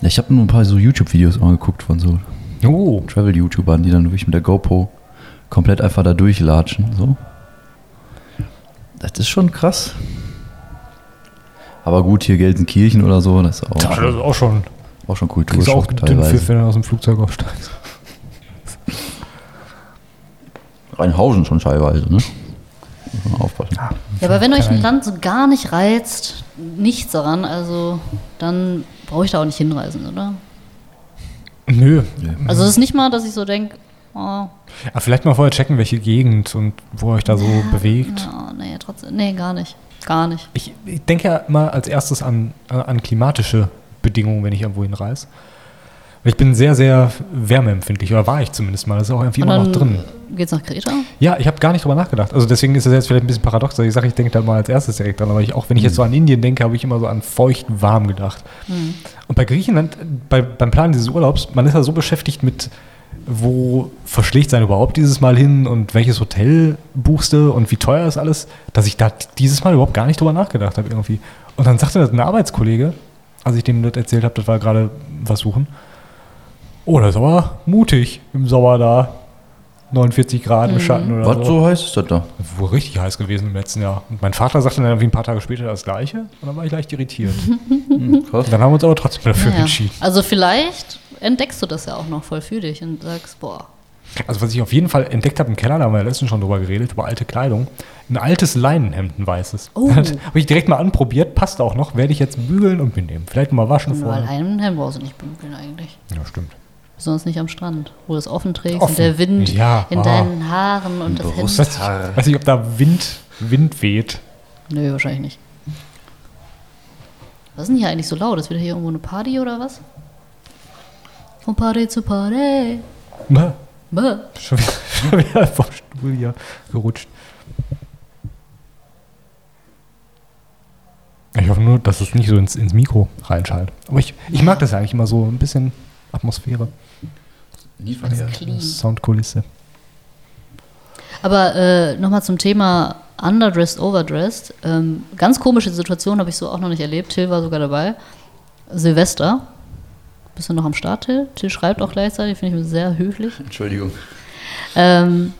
C: Ja, ich habe nur ein paar so YouTube-Videos angeguckt von so
B: Oh,
C: Travel-YouTubern, die dann wirklich mit der GoPro komplett einfach da durchlatschen. So. Das ist schon krass. Aber gut, hier Gelsenkirchen oder so, das ist auch,
B: das ist
C: schon,
B: auch schon
C: auch schon
B: Kriegst du auch
C: Kulturschock
B: dünn Pfiff,
C: teilweise.
B: wenn du aus dem Flugzeug aussteigst.
C: Rheinhausen schon teilweise, ne? Muss man aufpassen.
A: Ja, aber wenn euch
B: Keine
A: ein Land so gar nicht reizt, nichts daran, also dann brauche ich da auch nicht hinreisen, oder?
B: Nö.
A: Also es ist nicht mal, dass ich so denke, oh,
B: Aber vielleicht mal vorher checken, welche Gegend und wo ihr euch da so bewegt.
A: ja, nee, trotzdem, nee, gar nicht. Gar nicht.
B: Ich, ich denke ja immer als erstes an, äh, an klimatische Bedingungen, wenn ich irgendwo hinreise. Weil Ich bin sehr, sehr wärmeempfindlich, oder war ich zumindest mal. Das ist auch irgendwie immer noch drin.
A: geht's nach Kreta?
B: Ja, ich habe gar nicht drüber nachgedacht. Also deswegen ist das jetzt vielleicht ein bisschen paradox, dass ich sage, ich denke da mal als erstes direkt dran. Aber ich, auch wenn ich jetzt so an Indien denke, habe ich immer so an feucht warm gedacht. Und bei Griechenland, äh, bei, beim Plan dieses Urlaubs, man ist ja so beschäftigt mit, wo verschlägt sein überhaupt dieses Mal hin und welches Hotel buchst du und wie teuer ist alles, dass ich da dieses Mal überhaupt gar nicht drüber nachgedacht habe irgendwie. Und dann sagte das ein Arbeitskollege, als ich dem das erzählt habe, das war gerade was suchen. Oh, das ist aber mutig im Sommer da. 49 Grad im Schatten oder
C: Was, so heißt es das da?
B: das war richtig heiß gewesen im letzten Jahr. Und mein Vater sagte dann irgendwie ein paar Tage später das Gleiche. Und dann war ich leicht irritiert.
C: Hm, krass.
B: dann haben wir uns aber trotzdem dafür
A: Naja.
B: entschieden.
A: Also vielleicht entdeckst du das ja auch noch voll für dich und sagst, boah,
B: Also was ich auf jeden Fall entdeckt habe im Keller, da haben wir ja letztens schon drüber geredet, über alte Kleidung. Ein altes Leinenhemd, ein weißes.
A: Oh.
B: Habe ich direkt mal anprobiert, passt auch noch. Werde ich jetzt bügeln und mitnehmen. Vielleicht mal waschen
A: nur
B: vorher.
A: allein im Hemd brauchst du nicht bügeln eigentlich.
B: Ja, stimmt.
A: Besonders nicht am Strand, wo du es offen trägst
B: Offen.
A: und der Wind
B: Ja,
A: in
B: ah.
A: deinen Haaren und das
B: Ich
A: Hemd.
B: weiß, nicht, weiß nicht, ob da Wind, Wind weht.
A: Nö, wahrscheinlich nicht. Was ist denn hier eigentlich so laut? Ist wieder hier irgendwo eine Party oder was? Von Party zu Party.
B: Na,
A: Bäh.
B: Schon wieder, schon wieder vom Stuhl hier gerutscht. Ich hoffe nur, dass es nicht so ins, ins Mikro reinschallt. Aber ich, ich mag das ja eigentlich immer so, ein bisschen Atmosphäre,
A: Alles clean.
B: Soundkulisse.
A: Aber äh, nochmal zum Thema Underdressed, Overdressed. Ähm, ganz komische Situation habe ich so auch noch nicht erlebt. Till war sogar dabei. Silvester. Bist du noch am Start, Till? Till schreibt auch gleichzeitig, finde ich sehr höflich.
C: Entschuldigung.
A: Ähm,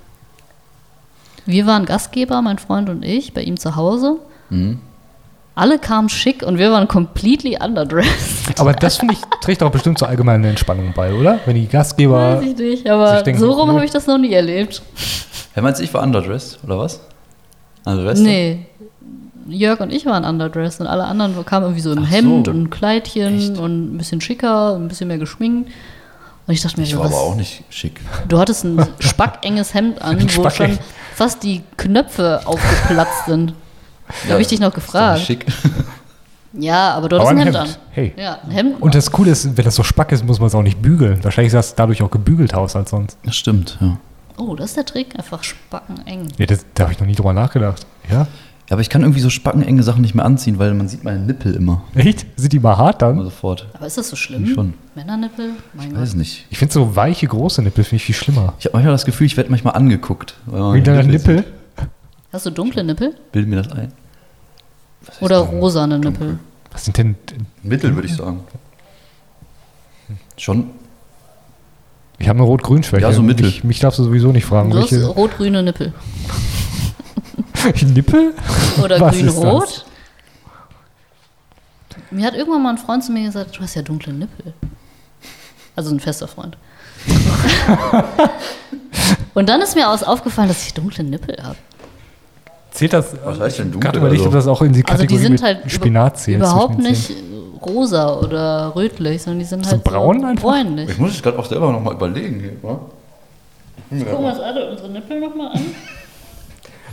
A: wir waren Gastgeber, mein Freund und ich, bei ihm zu Hause.
C: Mhm.
A: Alle kamen schick und wir waren completely underdressed.
B: Aber das finde ich, trägt auch bestimmt zur allgemeinen Entspannung bei, oder? Wenn die Gastgeber.
A: Weiß ich nicht, aber
B: ich denke,
A: so rum
C: oh.
B: nö.
A: habe ich das noch nie erlebt.
C: Herr, meinst du, ich war underdressed, oder was? Underdressed?
A: Nee. Jörg und ich waren underdressed und alle anderen kamen irgendwie so im
C: Ach
A: Hemd
C: so.
A: und Kleidchen
C: Echt?
A: und ein bisschen schicker, ein bisschen mehr geschminkt. Und ich dachte mir,
C: Ich
A: so,
C: war
A: was,
C: aber auch nicht schick.
A: du hattest ein spackenges Hemd an,
B: Ein
A: wo
B: spackeng-
A: schon fast die Knöpfe aufgeplatzt sind. Da
C: Ja,
A: habe ich dich noch
C: Ist doch
A: gefragt.
C: nicht Schick.
A: Ja, aber du hattest
B: Aber
A: ein
B: ein
A: Hemd,
B: Hemd.
A: an.
B: Hey.
A: Ja, ein Hemd.
B: Und das Coole ist, wenn das so spack ist, muss man es auch nicht bügeln. Wahrscheinlich sah es dadurch auch gebügelt aus als sonst.
C: Das stimmt, ja.
A: oh, das ist der Trick. Einfach spacken eng.
B: Ja, das, da habe ich noch nie drüber nachgedacht. Ja?
C: Ja, aber ich kann irgendwie so spackenenge Sachen nicht mehr anziehen, weil man sieht meine Nippel immer.
B: Echt? Sind die mal hart dann?
C: Immer sofort.
A: Aber ist das so schlimm?
C: Schon.
A: Männernippel? Mein Gott.
C: Weiß nicht.
B: Ich finde so weiche, große Nippel finde ich viel schlimmer.
C: Ich habe manchmal das Gefühl, ich werde manchmal angeguckt. weil man
B: Wie
C: meine
B: deine Nippel?
C: sieht.
A: Hast du dunkle Nippel?
C: Bild mir das ein.
A: Oder rosane Nippel?
B: Was sind denn.
C: Mittel, würde ich sagen. Schon.
B: Ich habe eine Rot-Grün-Schwäche.
C: Ja, so mittel.
B: Mich, mich darfst du sowieso nicht fragen.
A: Du hast
B: Welche,
A: rot-grüne Nippel.
B: Nippel?
A: Oder
B: Was ist das?
A: grün-rot. Mir hat irgendwann mal ein Freund zu mir gesagt, du hast ja dunkle Nippel. Also ein fester Freund. Und dann ist mir aus aufgefallen, dass ich dunkle Nippel habe.
B: Zählt das?
C: Was heißt denn
B: Gerade
C: dunkel?
B: überlegt, ob das auch in die
A: Also
B: Kategorie
A: die sind
B: mit
A: halt
B: Spinat
A: über,
B: zählt.
A: überhaupt
B: zwischen den
A: nicht rosa oder rötlich, sondern die sind
B: So
A: halt
B: braun
A: so
B: einfach?
A: bräunlich.
C: Ich muss es gerade auch selber nochmal überlegen. Hier, wa?
A: Gucken wir uns alle unsere Nippel nochmal an.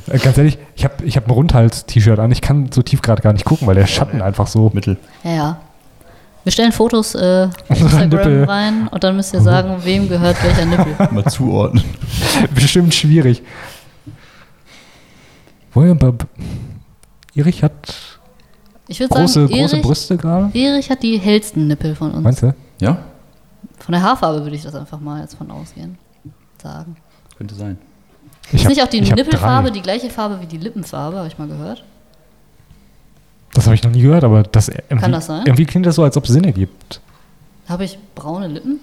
B: Zähnen. Äh, Ganz ehrlich, ich habe ich hab ein Rundhals-T-Shirt an. Ich kann so tief gerade gar nicht gucken, weil der Schatten einfach so.
C: Mittel.
A: Ja, ja. Wir stellen Fotos äh, auf
B: Unsere
A: Instagram
B: Nippel. Mhm.
A: rein und dann müsst ihr sagen, wem gehört welcher Nippel.
C: Mal zuordnen.
B: Bestimmt schwierig. Wollen wir bei- Erich hat
A: Ich würde sagen,
B: große, große
A: Erich,
B: Brüste gerade.
A: Erich hat die hellsten Nippel von uns.
B: Meinst du?
C: Ja?
A: Von der Haarfarbe würde ich das einfach mal jetzt von ausgehen. Sagen.
C: Könnte sein.
B: Ich
A: Ist
B: hab-
A: nicht auch die
B: ich hab
A: Nippelfarbe
B: drei.
A: die gleiche Farbe wie die Lippenfarbe, habe ich mal gehört.
B: Das habe ich noch nie gehört, aber das irgendwie,
A: das sein?
B: irgendwie klingt das so, als ob es Sinn ergibt.
A: Habe ich braune Lippen?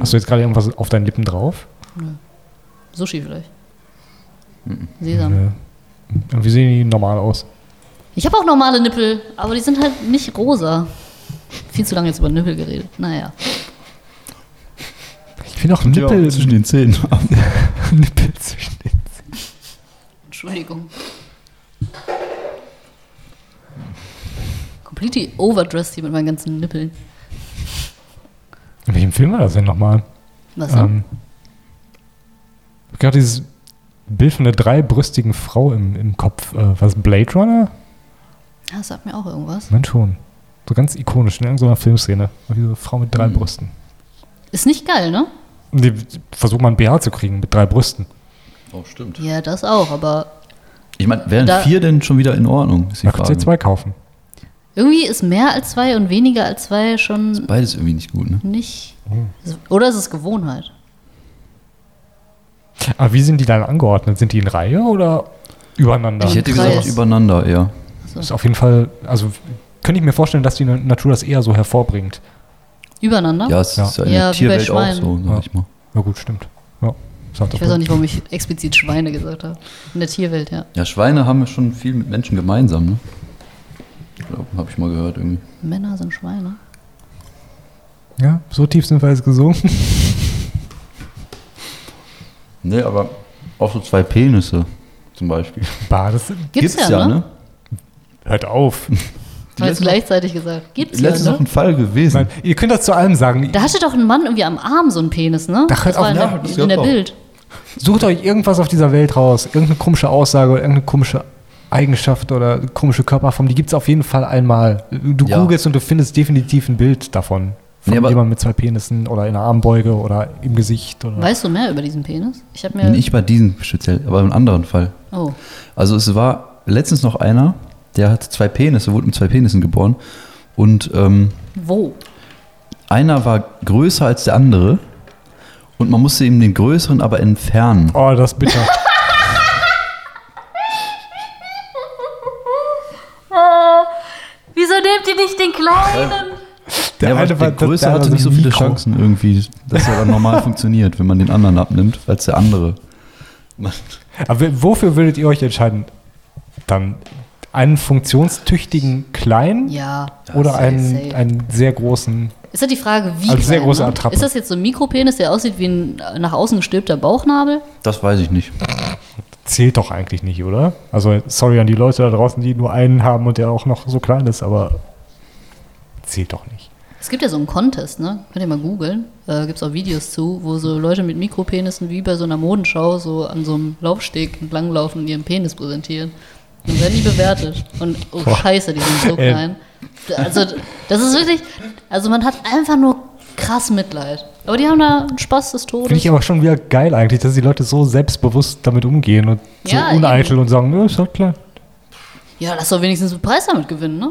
B: Hast du jetzt gerade irgendwas auf deinen Lippen drauf?
A: Sushi vielleicht.
B: Mhm.
A: Sesam.
B: Nö. Äh, Irgendwie sehen die normal aus.
A: Ich habe auch normale Nippel, aber die sind halt nicht rosa. Viel zu lange jetzt über Nippel geredet. Naja.
B: Ich finde auch Nippel,
C: Ja, zwischen den Zähnen.
B: Nippel zwischen den
A: Entschuldigung. Completely overdressed hier mit meinen ganzen Nippeln.
B: In welchem Film war das denn nochmal?
A: Was denn?
B: Ähm, ich hab gerade dieses Bild von der dreibrüstigen Frau im, im Kopf. Äh, was, Blade Runner?
A: Ja, Ah, das sagt mir auch irgendwas.
B: Ich mein schon. So ganz ikonisch, in irgendeiner Filmszene. Wie so eine Frau mit
A: Mhm.
B: drei Brüsten.
A: Ist nicht geil, ne?
B: Und Die, die versucht mal ein BH zu kriegen mit drei Brüsten.
C: Oh, stimmt.
A: Ja, das auch, aber
C: Ich meine, wären
A: Da-
C: vier denn schon wieder in Ordnung? Ist die
B: Da kannst du dir
C: Frage.
B: zwei kaufen.
A: irgendwie ist mehr als zwei und weniger als zwei schon
C: Beides irgendwie nicht gut, ne?
A: nicht. Oder ist es Gewohnheit?
B: Aber Ah, wie sind die dann angeordnet? Sind die in Reihe oder übereinander?
A: Ja,
C: Ich hätte
A: Kreis.
C: gesagt, übereinander eher.
B: ist auf jeden Fall, also könnte ich mir vorstellen, dass die Na- Natur das eher so hervorbringt.
A: Übereinander?
C: Ja, es
B: Ja.
C: ist ja in
A: Ja,
C: der
A: wie bei
C: Tierwelt auch
A: Schweinen.
C: so, sag
B: Ja.
C: ich mal.
B: Na gut, stimmt. Ja, sagt
A: Ich weiß auch nicht, warum ich explizit Schweine gesagt habe. In der Tierwelt, ja.
C: Ja, Schweine haben ja schon viel mit Menschen gemeinsam, ne? Habe ich mal gehört irgendwie.
A: Männer sind Schweine.
B: Ja, so tief sind wir jetzt gesungen.
C: Nee, aber auch so zwei Penisse zum Beispiel.
B: Bah, das
A: Gibt's, ja, ne?
B: hört auf.
A: Hast es gleichzeitig gesagt. Gibt's ja,
C: Letztens noch
A: ne?
C: ein Fall gewesen.
B: Nein, ihr könnt das zu allem sagen.
A: Da hatte doch ein Mann irgendwie am Arm so einen Penis, ne?
B: Da hört
A: das
B: auf,
A: war in,
B: ja,
A: der,
C: das
A: in
C: gehört
A: der
C: auch.
A: Bild.
B: Sucht euch irgendwas auf dieser Welt raus. Irgendeine komische Aussage oder irgendeine komische Eigenschaft oder komische Körperform. Die gibt es auf jeden Fall einmal. Du
C: Ja.
B: googelst und du findest definitiv ein Bild davon. Von
C: Nee, aber-
B: jemandem mit zwei Penissen oder in der Armbeuge oder im Gesicht. Oder
A: Weißt du mehr über diesen Penis? Ich habe mir.
C: Nicht bei diesem speziell, aber im anderen Fall.
A: Oh,
C: Also es war letztens noch einer, der hatte zwei Penisse, wurde mit zwei Penissen geboren. Und ähm,
A: wo?
C: einer war größer als der andere. Und man musste ihm den größeren aber entfernen.
B: Oh, das ist bitter.
A: Wieso nehmt ihr nicht den kleinen?
B: Der
C: ja,
B: eine
C: aber
B: war-
C: der Größere
B: der hatte
C: hatte nicht
B: so
C: so
B: ein
C: viele
B: Mikro.
C: Chancen irgendwie, dass er dann normal funktioniert, wenn man den anderen abnimmt, als der andere. Man-
B: Aber w- wofür würdet ihr euch entscheiden? Dann einen funktionstüchtigen kleinen
A: Ja.
B: oder
A: safe,
B: einen,
A: safe.
B: einen sehr großen?
A: Ist ja die Frage, wie.
B: Also sehr
A: klein,
B: große
A: ne?
B: Attrappe.
A: Ist das jetzt so ein Mikropenis, der aussieht wie ein äh, nach außen gestülpter Bauchnabel?
C: Das weiß ich nicht.
B: Zählt doch eigentlich nicht, oder? Also sorry an die Leute da draußen, die nur einen haben und der auch noch so klein ist, aber zählt doch nicht.
A: Es gibt ja so einen Contest, ne? Könnt ihr mal googeln. Äh, Gibt es auch Videos zu, wo so Leute mit Mikropenissen wie bei so einer Modenschau so an so einem Laufsteg entlanglaufen und ihren Penis präsentieren. Dann werden die bewertet. Und oh scheiße, die sind so
B: Ey.
A: klein. Also das ist wirklich, also man hat einfach nur krass Mitleid. Aber die haben da einen Spaß des
B: Finde
A: Todes.
B: ich aber schon wieder geil eigentlich, dass die Leute so selbstbewusst damit umgehen und
A: Ja,
B: so uneitel
A: eben.
B: und sagen, ja, ist halt klein.
A: Ja, lass doch wenigstens einen Preis damit gewinnen, ne?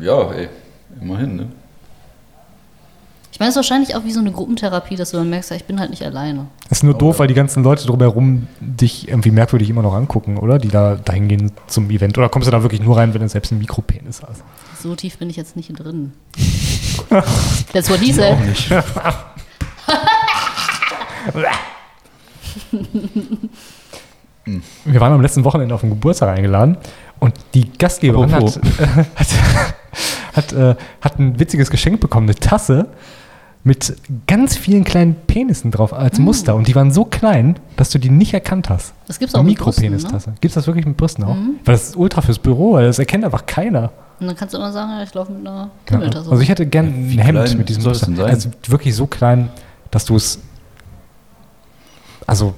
C: Ja, ey. Immerhin, ne?
A: Ich meine, es ist wahrscheinlich auch wie so eine Gruppentherapie, dass du dann merkst, ja, ich bin halt nicht alleine.
B: Das ist nur doof, weil die ganzen Leute drumherum dich irgendwie merkwürdig immer noch angucken, oder? Die da dahin gehen zum Event. Oder kommst du da wirklich nur rein, wenn du selbst einen Mikropenis hast?
A: So tief bin ich jetzt nicht drin. That's what he said.
B: Wir waren am letzten Wochenende auf den Geburtstag eingeladen und die Gastgeberin
C: Apropos.
B: hat, äh, hat, hat, äh, hat ein witziges Geschenk bekommen, eine Tasse mit ganz vielen kleinen Penissen drauf
A: Mm.
B: als Muster. Und die waren so klein, dass du die nicht erkannt hast.
A: Das gibt's auch mit Brüsten, ne? Mhm.
B: Mikropenistasse. Gibt es das wirklich mit Brüsten auch? Weil das ist ultra fürs Büro, weil das erkennt einfach keiner.
A: Und dann kannst du immer sagen, ja, ich laufe mit einer
B: Ja.
A: Knüppeltasse.
B: Also ich hätte gern ein
C: wie
B: Hemd
C: klein
B: mit diesem
C: soll es
B: Muster.
C: denn sein?
B: Also wirklich so klein, dass du es. Also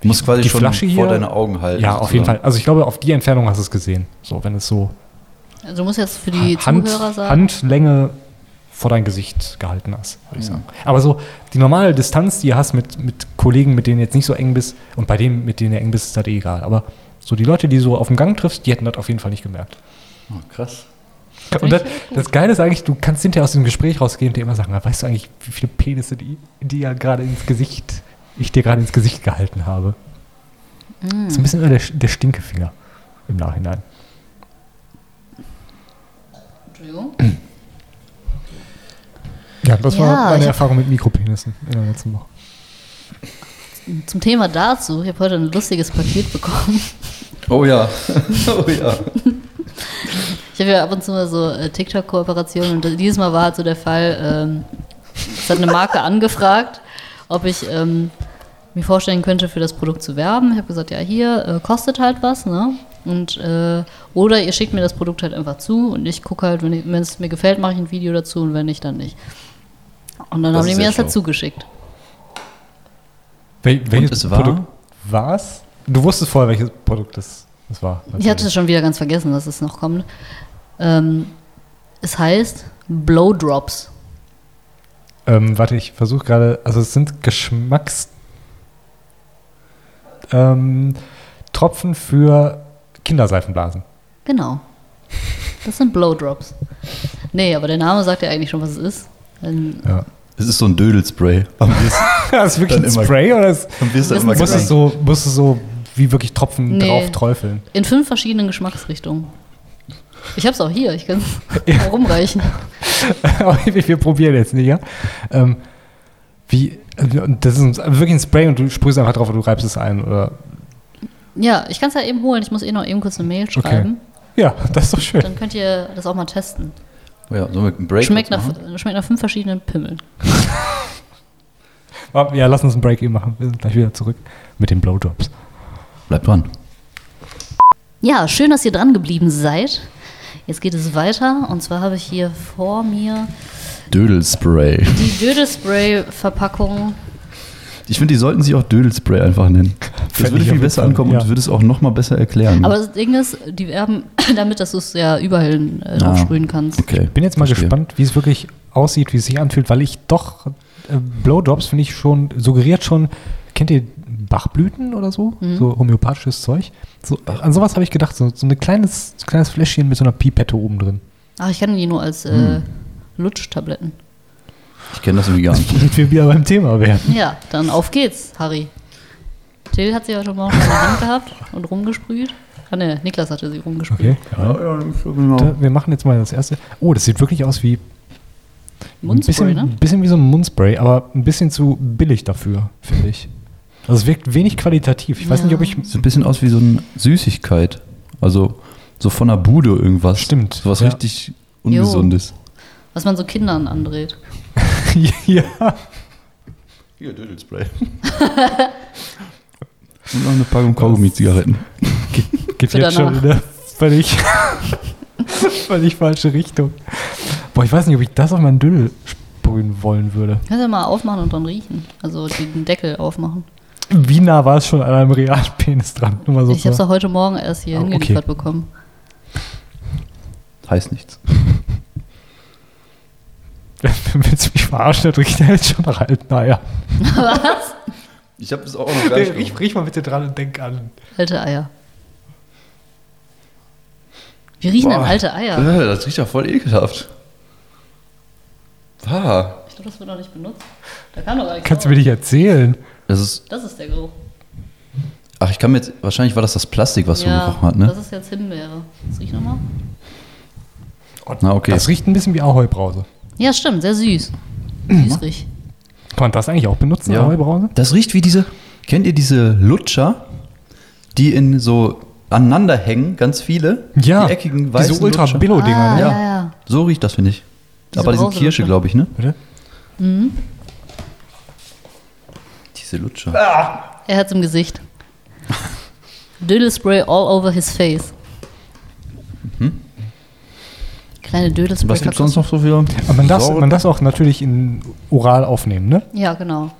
C: Du musst quasi
B: Die
C: schon
B: Flasche
C: vor
B: hier-
C: deine Augen halten.
B: ja, auf jeden Fall.
C: sozusagen.
B: Also ich glaube, auf die Entfernung hast du es gesehen. So, wenn es so
A: also du musst jetzt für die
B: Hand,
A: Zuhörer sagen.
B: Handlänge vor dein Gesicht gehalten hast, würde ich sagen. Aber so die normale Distanz, die du hast mit, mit Kollegen, mit denen du jetzt nicht so eng bist und bei denen, mit denen du eng bist, ist das eh egal. Aber so die Leute, die du so auf dem Gang triffst, die hätten das auf jeden Fall nicht gemerkt.
C: Oh, krass.
B: Und das,
A: echt gut.
B: das Geile ist eigentlich, du kannst hinterher aus dem Gespräch rausgehen und dir immer sagen, "Ah, weißt du eigentlich, wie viele Penisse die, die ja gerade ins Gesicht, ich dir gerade ins Gesicht gehalten habe.
A: Mm.
B: Das ist ein bisschen immer der, der Stinkefinger im Nachhinein.
A: Entschuldigung.
B: Ja, das
A: Ja,
B: war
A: ich
B: meine
A: hab-
B: Erfahrung mit Mikropenissen in der letzten Woche.
A: Zum Thema dazu, ich habe heute ein lustiges Paket bekommen.
C: Oh ja. oh ja.
A: Ich habe ja ab und zu mal so äh, TikTok-Kooperationen und dieses Mal war halt so der Fall, ähm, es hat eine Marke angefragt, ob ich ähm, mir vorstellen könnte, für das Produkt zu werben. Ich habe gesagt, ja, hier äh, kostet halt was, ne? Und, äh, oder ihr schickt mir das Produkt halt einfach zu und ich gucke halt, wenn ich- wenn es mir gefällt, mache ich ein Video dazu und wenn nicht, dann nicht. Und dann
C: Das
A: haben die
C: ist
A: mir
C: sehr
A: das halt
C: schlau.
A: zugeschickt.
B: Wel welches
C: es war?
B: Produkt war es? Du wusstest vorher, welches Produkt das, das war.
A: Ich hatte es schon wieder ganz vergessen, dass es noch kommt. Ähm, es heißt Blowdrops.
B: Ähm, warte, ich versuche gerade, also es sind Geschmacks ähm, Tropfen für Kinderseifenblasen.
A: Genau. Das sind Blowdrops. Nee, aber der Name sagt ja eigentlich schon, was es ist. Ein-
B: Ja.
C: Es ist so ein Dödelspray. Haben wir es-
B: ist wirklich
C: Dann
B: ein
C: immer-
B: Spray oder ist,
C: haben wir es dann
A: Das
C: immer
A: ist
B: muss, es
C: gesagt?
B: so, muss es so wie wirklich Tropfen
A: Nee.
B: drauf träufeln?
A: In fünf verschiedenen Geschmacksrichtungen. Ich hab's auch hier, ich kann rumreichen.
B: Aber wir, wir probieren jetzt nicht, ja? Ähm, wie, äh, das ist ein, wirklich ein Spray und du sprühst einfach drauf und du reibst es ein. Oder,
A: Ja, ich kann's ja eben holen. Ich muss eh noch eben kurz eine Mail schreiben.
B: ja, das ist doch schön.
A: Dann könnt ihr das auch mal testen.
C: Oh ja, sollen wir einen Break
A: Schmeckt nach,
C: kurz machen?
A: schmeckt nach fünf verschiedenen Pimmeln.
B: Warte, Ja, lass uns einen Break eben machen. Wir sind gleich wieder zurück mit den Blowjobs.
C: Bleibt dran.
A: Ja, schön, dass ihr dran geblieben seid. Jetzt geht es weiter. Und zwar habe ich hier vor mir
C: Dödelspray.
A: die Dödelspray-Verpackung.
C: Ich finde, die sollten sich auch Dödelspray einfach nennen. Das
B: Fänd
C: würde
B: ich auf
C: viel
B: jeden
C: besser
B: Fall,
C: ankommen
B: ja.
C: und würde es auch noch mal besser erklären.
A: Aber das Ding ist, die werben damit, dass du es ja überall äh,
C: Ah.
A: draufsprühen kannst.
C: okay.
B: Bin jetzt mal
C: verstehe.
B: gespannt, wie es wirklich aussieht, wie es sich anfühlt, weil ich doch äh, Blowjobs finde ich schon, suggeriert schon, kennt ihr Bachblüten oder so?
A: Mhm.
B: So homöopathisches Zeug. So, äh, an sowas habe ich gedacht, so, so ein kleines, kleines Fläschchen mit so einer Pipette oben drin.
A: Ach, ich kenne die nur als äh,
B: Hm.
A: Lutschtabletten.
C: Ich kenne das irgendwie gar nicht.
B: Damit wir wieder beim Thema wären.
A: Ja, dann auf geht's, Harry. Till hat sie heute Morgen in der Hand gehabt und rumgesprüht. Ah ne, Niklas hatte sie rumgesprüht.
B: Okay. Da, wir machen jetzt mal das erste. Oh, das sieht wirklich aus wie
A: Mundspray,
B: ein bisschen,
A: ne?
B: bisschen wie so ein Mundspray, aber ein bisschen zu billig dafür, finde ich. Also es wirkt wenig qualitativ. Ich weiß
A: Ja.
B: nicht, ob ich
C: Sieht ein bisschen aus wie so eine Süßigkeit. Also so von einer Bude irgendwas.
B: Stimmt,
C: So was
B: ja.
C: richtig Ungesundes.
A: Was man so Kindern andreht.
B: ja.
C: Hier, Dödelspray. Und noch eine Packung Kaugummi-Zigaretten.
B: Geht
A: Für
B: jetzt schon
A: danach.
B: in eine völlig, völlig falsche Richtung. Boah, ich weiß nicht, ob ich das auf meinen Dödel sprühen wollen würde.
A: Kannst du mal aufmachen und dann riechen. Also den Deckel aufmachen.
B: Wie nah war es schon an einem realen Penis dran? Nur mal Also so
A: Ich hab's
B: zur-
A: auch heute Morgen erst hier
B: Ah, okay.
A: hingeliefert bekommen.
C: Heißt nichts.
B: Willst du mich verarschen? Das riecht ja jetzt schon nach alten Eier.
C: Ich habe das auch noch gar
B: Riech, riech mal bitte dran und denk an.
A: Alte Eier. Wir riechen an
C: Boah.
A: alte Eier.
C: Äh, Das riecht ja voll ekelhaft. Ah,
A: Ich glaube, das wird noch nicht benutzt. Da kann doch gar nichts
B: Kannst du
A: raus.
B: mir nicht erzählen?
C: das ist.
A: Das ist der Geruch.
C: Ach, ich kann mir jetzt. Wahrscheinlich war das das Plastik, was so gerochen hat,
A: Das
C: ne?
A: ist jetzt Himbeere. Das riecht nochmal.
B: Oh,
C: Na, okay. Oh,
B: Das riecht ein bisschen wie Ahoi-Brause.
A: Ja, stimmt, sehr süß. Süßrig.
B: man das eigentlich auch benutzen,
C: Ja.
B: Brause?
C: Das riecht wie diese, kennt ihr diese Lutscher, die in so aneinander hängen, ganz viele?
B: Ja,
C: die eckigen weißen
B: diese Ultra-Billo-Dinger.
A: Ah,
B: ne?
A: ja,
C: ja.
A: ja.
C: So riecht das, finde ich.
A: Diese
C: Aber diese
A: Brause-
C: Kirsche, glaube ich, ne?
B: Bitte?
C: Diese Lutscher.
B: Ah,
A: Er hat's im Gesicht. Dödelspray all over his face.
B: Mhm.
A: Kleine Dödelspray.
C: Was gibt es sonst noch so für?
B: Aber man darf
C: saure-
B: man darf's auch natürlich in oral aufnehmen, ne?
A: Ja, genau.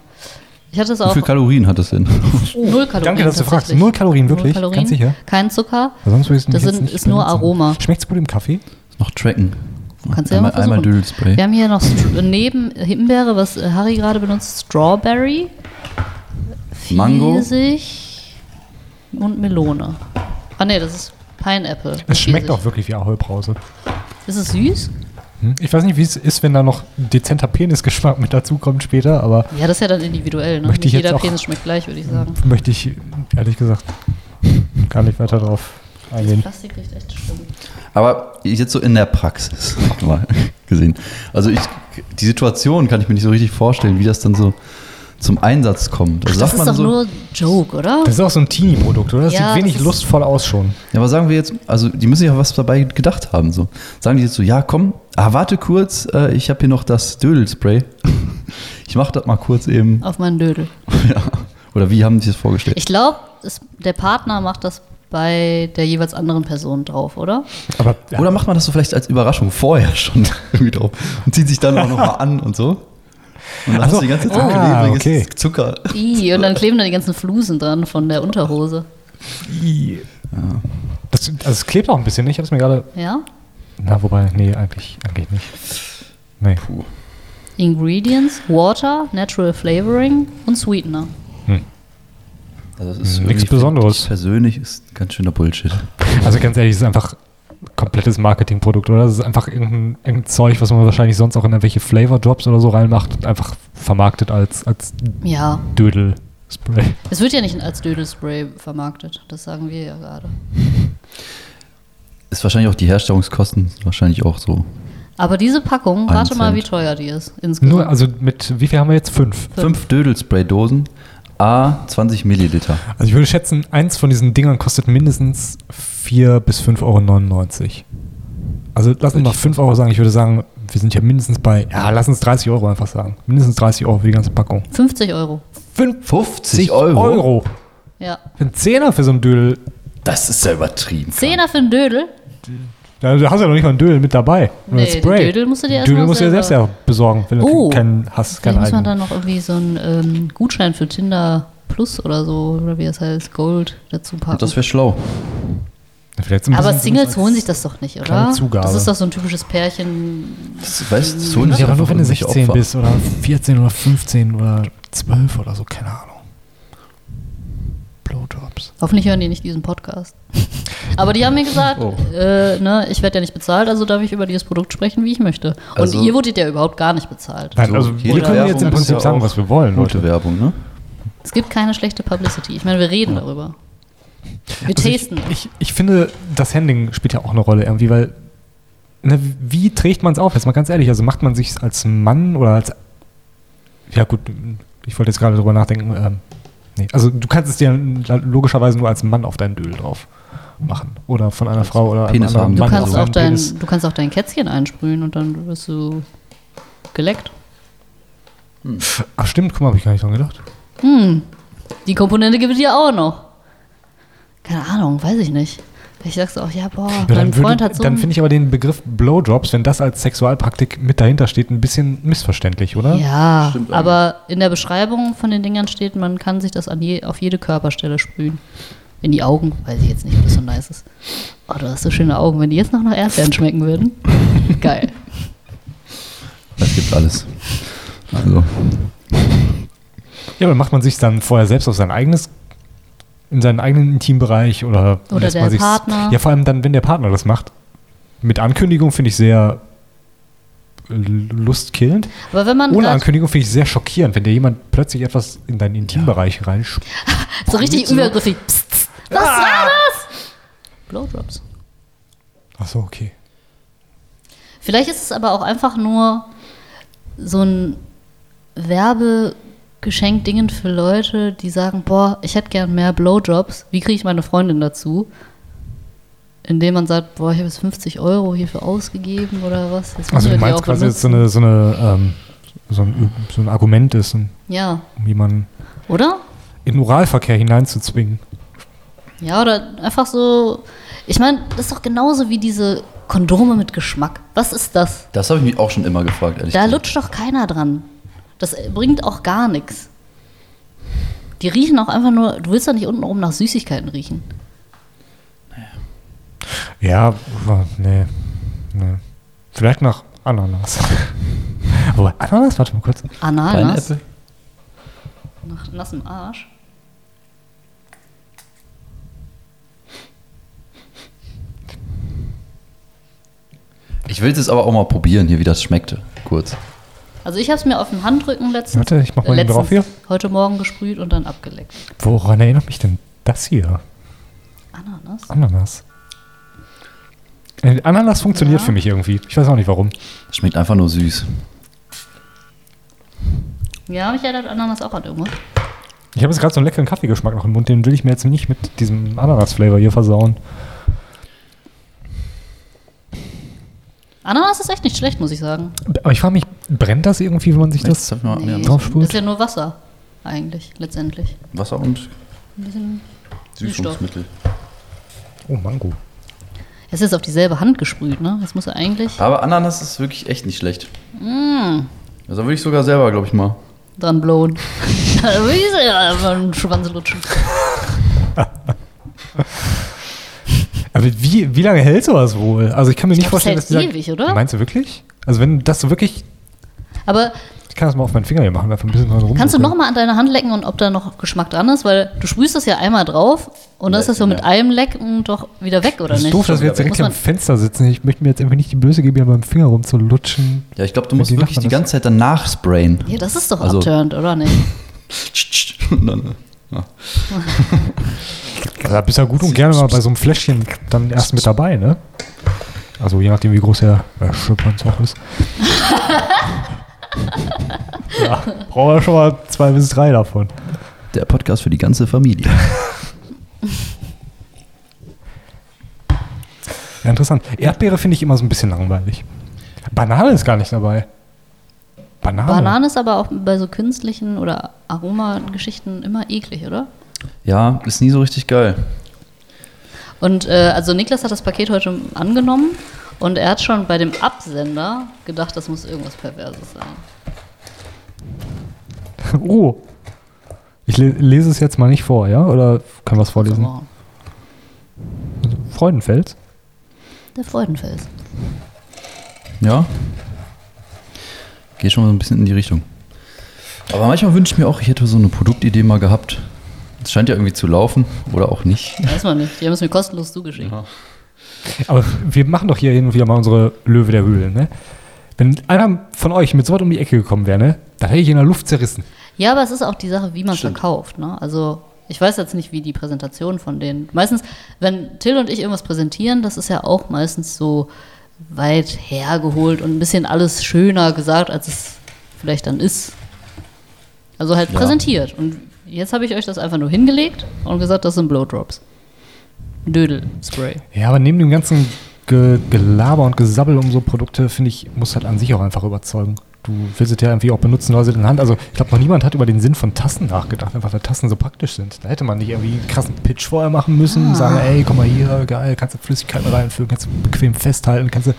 A: Ich hatte es
C: Wie
A: auch.
C: viele Kalorien hat das denn?
A: Null Kalorien.
B: Danke, dass du fragst.
A: tatsächlich.
B: Null Kalorien, wirklich?
A: Null Kalorien,
B: Ganz sicher?
A: Kein Zucker.
B: Sonst würde ich
A: Das sind- ist nur Aroma.
B: Schmeckt es gut im Kaffee?
C: noch tracken.
A: Kannst du ja
C: einmal,
A: mal versuchen.
C: einmal Dödelspray.
A: Wir haben hier noch Str- neben Himbeere, was äh, Harry gerade benutzt, Strawberry,
C: Mango.
A: Pfirsich und Melone. Ah ne, das ist Pineapple.
B: Es schmeckt
A: Pfirsich.
B: auch wirklich wie Ahoi-Brause.
A: Ist es süß?
B: Hm? Ich weiß nicht, wie es ist, wenn da noch ein dezenter Penisgeschmack mit dazukommt später, aber
A: Ja, das ist ja dann individuell. Ne?
B: Möchte ich
A: Jeder
B: jetzt auch-
A: Penis schmeckt gleich, würde ich sagen.
B: möchte ich ehrlich gesagt gar nicht weiter drauf eingehen.
A: Plastik riecht echt schlimm.
C: Aber jetzt so in der Praxis mal gesehen. Also ich, die Situation kann ich mir nicht so richtig vorstellen, wie das dann so zum Einsatz kommt. Also
A: Das ist doch nur Joke, oder?
B: Das ist auch so ein Teenie-Produkt, oder? Das
A: Ja,
B: sieht wenig
A: das ist-
B: lustvoll aus schon.
C: Ja, aber sagen wir jetzt, also die müssen ja was dabei gedacht haben. So. Sagen die jetzt so, ja komm, ah, warte kurz, äh, ich habe hier noch das Dödelspray. Ich mache das mal kurz eben.
A: Auf meinen Dödel.
C: Ja. Oder wie haben die es vorgestellt?
A: Ich glaube, der Partner macht das bei der jeweils anderen Person drauf, oder?
B: Aber ja,
C: Oder macht man das so vielleicht als Überraschung vorher schon irgendwie drauf und zieht sich dann auch nochmal an und so? Und dann
B: Ach
C: hast
B: so.
C: du die ganze Zeit
B: Ah,
C: klebriges
B: okay.
C: Zucker.
A: Ih, und dann kleben da die ganzen Flusen dran von der Unterhose.
B: i- das, also es klebt auch ein bisschen. Ich habe es mir gerade.
A: Ja?
B: Na, wobei, nee, eigentlich, eigentlich nicht. Nee.
A: Ingredients, Water, Natural Flavoring und Sweetener.
C: Also das ist
B: Nix
C: irgendwie-
B: Besonderes.
C: find ich Persönlich ist ein ganz schöner Bullshit.
B: Also ganz ehrlich, es ist einfach komplettes Marketingprodukt, oder? Es ist einfach irgendein, irgendein Zeug, was man wahrscheinlich sonst auch in irgendwelche Flavor-Drops oder so reinmacht und einfach vermarktet als, als
A: Ja,
B: Dödel-Spray.
A: es wird ja nicht als Dödelspray vermarktet. Das sagen wir ja gerade.
C: Ist wahrscheinlich auch die Herstellungskosten sind wahrscheinlich auch so.
A: Aber diese Packung,
C: Ein
A: rate mal,
C: Cent.
A: wie teuer die ist insgesamt.
B: Nur, also mit, wie viel haben wir jetzt? Fünf.
C: Fünf Dödelspray-Dosen, A 20 Milliliter.
B: Also ich würde schätzen, eins von diesen Dingern kostet mindestens 4 bis 5,99 Euro. Also lass uns mal 5 Euro sagen. Ich würde sagen, wir sind ja mindestens bei, ja, lass uns 30 Euro einfach sagen. Mindestens 30 Euro für die ganze Packung.
A: 50 Euro.
C: 50 Euro?
A: Ja.
B: Für einen Zehner für so einen Dödel.
C: Das ist ja übertrieben.
A: Zehner für einen Dödel?
B: Ja, Du hast ja noch nicht mal einen Dödel mit dabei. Nur
A: Nee,
B: ein
A: die Dödel musst du dir erst
B: Dödel
A: mal
B: musst du dir
A: selber-
B: selbst ja besorgen, wenn du
A: Oh.
B: keinen hast,
A: Vielleicht
B: keinen
A: muss man
B: eigenen.
A: dann noch irgendwie so einen ähm, Gutschein für Tinder Plus oder so, oder wie das heißt, Gold dazu packen.
C: Das wäre schlau.
B: Vielleicht ein
A: aber
B: bisschen-
A: Singles holen sich das doch nicht, oder?
B: kleine Zugabe.
A: Das ist doch so ein typisches Pärchen.
C: Das, weißt, das holen
B: Ja,
C: sich
B: aber nur
C: einfach
B: wenn du
C: irgendwelche
B: 16
C: Opfer.
B: bist oder 14 oder 15 oder 12 oder so, keine Ahnung. Blowjobs.
A: Hoffentlich hören die nicht diesen Podcast. Aber die haben mir gesagt,
C: Oh.
A: äh, ne, ich werde ja nicht bezahlt, also darf ich über dieses Produkt sprechen, wie ich möchte. Und
C: Also-
A: ihr wurdet ja überhaupt gar nicht bezahlt.
B: Nein,
C: So,
B: also
C: jede
B: wir können
C: Werbung
B: jetzt im
C: ist
B: Prinzip
C: ja
B: sagen,
C: auch
B: was wir wollen, Leute.
C: Gute Werbung, ne?
A: Es gibt keine schlechte Publicity. Ich meine, wir reden darüber. Wir
B: Also ich,
A: tasten.
B: ich, ich finde, das Handling spielt ja auch eine Rolle irgendwie, weil ne, wie trägt man es auf? Jetzt mal ganz ehrlich, also macht man sich als Mann oder als ja gut, ich wollte jetzt gerade drüber nachdenken. Ähm, nee, also du kannst es dir logischerweise nur als Mann auf deinen Dödel drauf machen oder von einer Frau oder einem
C: Penis
B: anderen
C: haben.
A: du,
B: Mann
A: kannst
B: auf
A: auch
B: seinen
A: dein,
B: also Penis.
A: du kannst auch dein Kätzchen einsprühen und dann wirst du geleckt.
B: Ach stimmt, guck mal, habe ich gar nicht dran gedacht.
A: Hm, die Komponente gibt es ja auch noch. Keine Ahnung, weiß ich nicht. Ich sag's auch, ja, boah,
B: Ja,
A: mein
B: dann würde-
A: Freund hat so.
B: dann
A: einen-
B: finde ich aber den Begriff Blowjobs, wenn das als Sexualpraktik mit dahinter steht, ein bisschen missverständlich, oder?
A: ja,
C: Stimmt eigentlich.
A: aber in der Beschreibung von den Dingern steht, man kann sich das an je, auf jede Körperstelle sprühen. In die Augen, weiß ich jetzt nicht, ob das so nice ist. Oh, du hast so schöne Augen. Wenn die jetzt noch nach Erdbeeren schmecken würden, geil.
C: Das gibt alles. Also,
B: Ja, aber macht man sich dann vorher selbst auf sein eigenes, in seinen eigenen Intimbereich oder,
A: Oder
B: lässt
A: der
B: man sich's-
A: Partner.
B: Ja, vor allem dann, wenn der Partner das macht. Mit Ankündigung finde ich sehr äh, lustkillend.
A: Aber wenn man äh,
B: Ohne
A: grad
B: Ankündigung finde ich sehr schockierend, wenn dir jemand plötzlich etwas in deinen Intimbereich ja. reinschmeißt.
A: so richtig übergriffig. Psst, psst, was war das? Blowdrops.
B: Achso, okay.
A: Vielleicht ist es aber auch einfach nur so ein Werbegeschenkdingen für Leute, die sagen, boah, ich hätte gern mehr Blowjobs, wie kriege ich meine Freundin dazu? Indem man sagt, boah, ich habe jetzt 50 Euro hierfür ausgegeben oder was. Das
B: Also
A: müssen wir
B: du
A: die
B: meinst
A: auch
B: quasi jetzt so,
A: benutzen.
B: eine, so, eine, ähm, so, ein, so ein Argument ist, um
A: Ja,
B: jemanden
A: oder?
B: in den Oralverkehr hineinzuzwingen.
A: Ja, oder einfach so. Ich meine, das ist doch genauso wie diese Kondome mit Geschmack. Was ist das?
C: Das habe ich mich auch schon immer gefragt, ehrlich
A: Da
C: gesagt.
A: lutscht doch keiner dran. Das bringt auch gar nichts. Die riechen auch einfach nur, du willst doch nicht untenrum nach Süßigkeiten riechen.
B: Ja, aber nee, nee. Vielleicht nach Ananas. Aber Ananas, warte mal kurz.
A: Ananas,
C: Pineapple?
A: nach nassem Arsch.
C: Ich will es jetzt aber auch mal probieren, hier, wie das schmeckte. Kurz.
A: Also ich habe es mir auf dem Handrücken letztens,
B: Warte, ich mach mal
A: äh,
B: eben
A: letztens
B: drauf hier.
A: heute Morgen gesprüht und dann abgeleckt.
B: Woran erinnert mich denn das hier?
A: Ananas?
B: Ananas. Äh, Ananas funktioniert
A: Ja.
B: für mich irgendwie. Ich weiß auch nicht warum.
C: Schmeckt einfach nur süß.
A: Ja, mich erinnert Ananas auch an irgendwas.
B: Ich habe jetzt gerade so einen leckeren Kaffeegeschmack noch im Mund, den will ich mir jetzt nicht mit diesem Ananas-Flavor hier versauen.
A: Ananas ist echt nicht schlecht, muss ich sagen.
B: Aber ich frage mich, brennt das irgendwie, wenn man sich das.
C: Darf ich mal
A: Nee,
C: ja.
B: draufspult?
A: Ist ja nur Wasser, eigentlich, letztendlich.
C: Wasser und
A: Ein bisschen.
C: Süßungsmittel.
B: Oh, Mango.
A: Es ist auf dieselbe Hand gesprüht, ne? Jetzt muss er eigentlich
C: Aber Ananas ist wirklich echt nicht schlecht.
B: Mm.
C: Also würde ich sogar selber, glaube ich, mal.
A: dran blowen. da will ich so einfach einen Schwanz lutschen.
B: Aber wie, wie lange hält sowas wohl? Also ich kann mir nicht
A: glaub, es
B: vorstellen,
A: hält
B: dass die.
A: ewig, oder?
B: Meinst du wirklich? Also wenn das wirklich.
A: Aber
B: Ich kann das mal auf meinen Finger hier machen, einfach ein bisschen dran rum.
A: kannst du nochmal an deiner Hand lecken und ob da noch Geschmack dran ist? Weil du sprühst das ja einmal drauf und dann ist das so mit einem Lecken doch wieder weg, oder
B: Das ist
A: nicht?
B: doof, dass wir jetzt
A: Muss
B: direkt hier am
A: man-
B: Fenster sitzen. Ich möchte mir jetzt einfach nicht die Blöße geben, hier beim Finger rumzulutschen.
C: Ja, ich glaube, du musst
B: Wie macht
C: wirklich
B: man
C: die
B: das?
C: ganze Zeit danach sprayen.
A: Ja, das ist doch
C: Also-
A: abturnt, oder nicht?
C: Und dann, ja.
B: Da bist ja gut und gerne mal bei so einem Fläschchen dann erst mit dabei, ne? Also je nachdem, wie groß der äh, Schöpfernz auch ist. ja, brauchen wir schon mal zwei bis drei davon.
C: Der Podcast für die ganze Familie.
B: Ja, interessant. Erdbeere finde ich immer so ein bisschen langweilig. Banane ist gar nicht dabei. Banane.
A: Banane ist aber auch bei so künstlichen oder Aromageschichten immer eklig, oder?
C: Ja, ist nie so richtig geil.
A: Und äh, also Niklas hat das Paket heute angenommen und er hat schon bei dem Absender gedacht, das muss irgendwas Perverses sein.
B: Oh. Ich le lese es jetzt mal nicht vor, ja? Oder können wir es vorlesen?
A: Wow.
B: Freudenfels.
A: Der Freudenfels.
C: Ja. Geht schon mal so ein bisschen in die Richtung. Aber manchmal wünsche ich mir auch, ich hätte so eine Produktidee mal gehabt. Es scheint ja irgendwie zu laufen oder auch nicht.
A: Weiß man nicht. Die haben es mir kostenlos zugeschickt.
B: Aber wir machen doch hier hin und wieder mal unsere Löwe der Höhle, ne? Wenn einer von euch mit so was um die Ecke gekommen wäre, ne? Da hätte ich in der Luft zerrissen.
A: Ja, aber es ist auch die Sache, wie man es
C: Stimmt.
A: verkauft. Ne? Also ich weiß jetzt nicht, wie die Präsentation von denen. Meistens, wenn Till und ich irgendwas präsentieren, das ist ja auch meistens so weit hergeholt und ein bisschen alles schöner gesagt, als es vielleicht dann ist. Also halt
C: Ja.
A: präsentiert. Und jetzt habe ich euch das einfach nur hingelegt und gesagt, das sind Blowdrops. Dödel-Spray.
B: Ja, aber neben dem ganzen Ge Gelaber und Gesabbel um so Produkte, finde ich, muss halt an sich auch einfach überzeugen. Du willst es ja irgendwie auch benutzen, Leute in der Hand. Also, ich glaube, noch niemand hat über den Sinn von Tassen nachgedacht, einfach weil Tassen so praktisch sind. Da hätte man nicht irgendwie einen krassen Pitch vorher machen müssen und sagen, ey, guck mal hier, geil, kannst du Flüssigkeiten reinfüllen, kannst du bequem festhalten, kannst du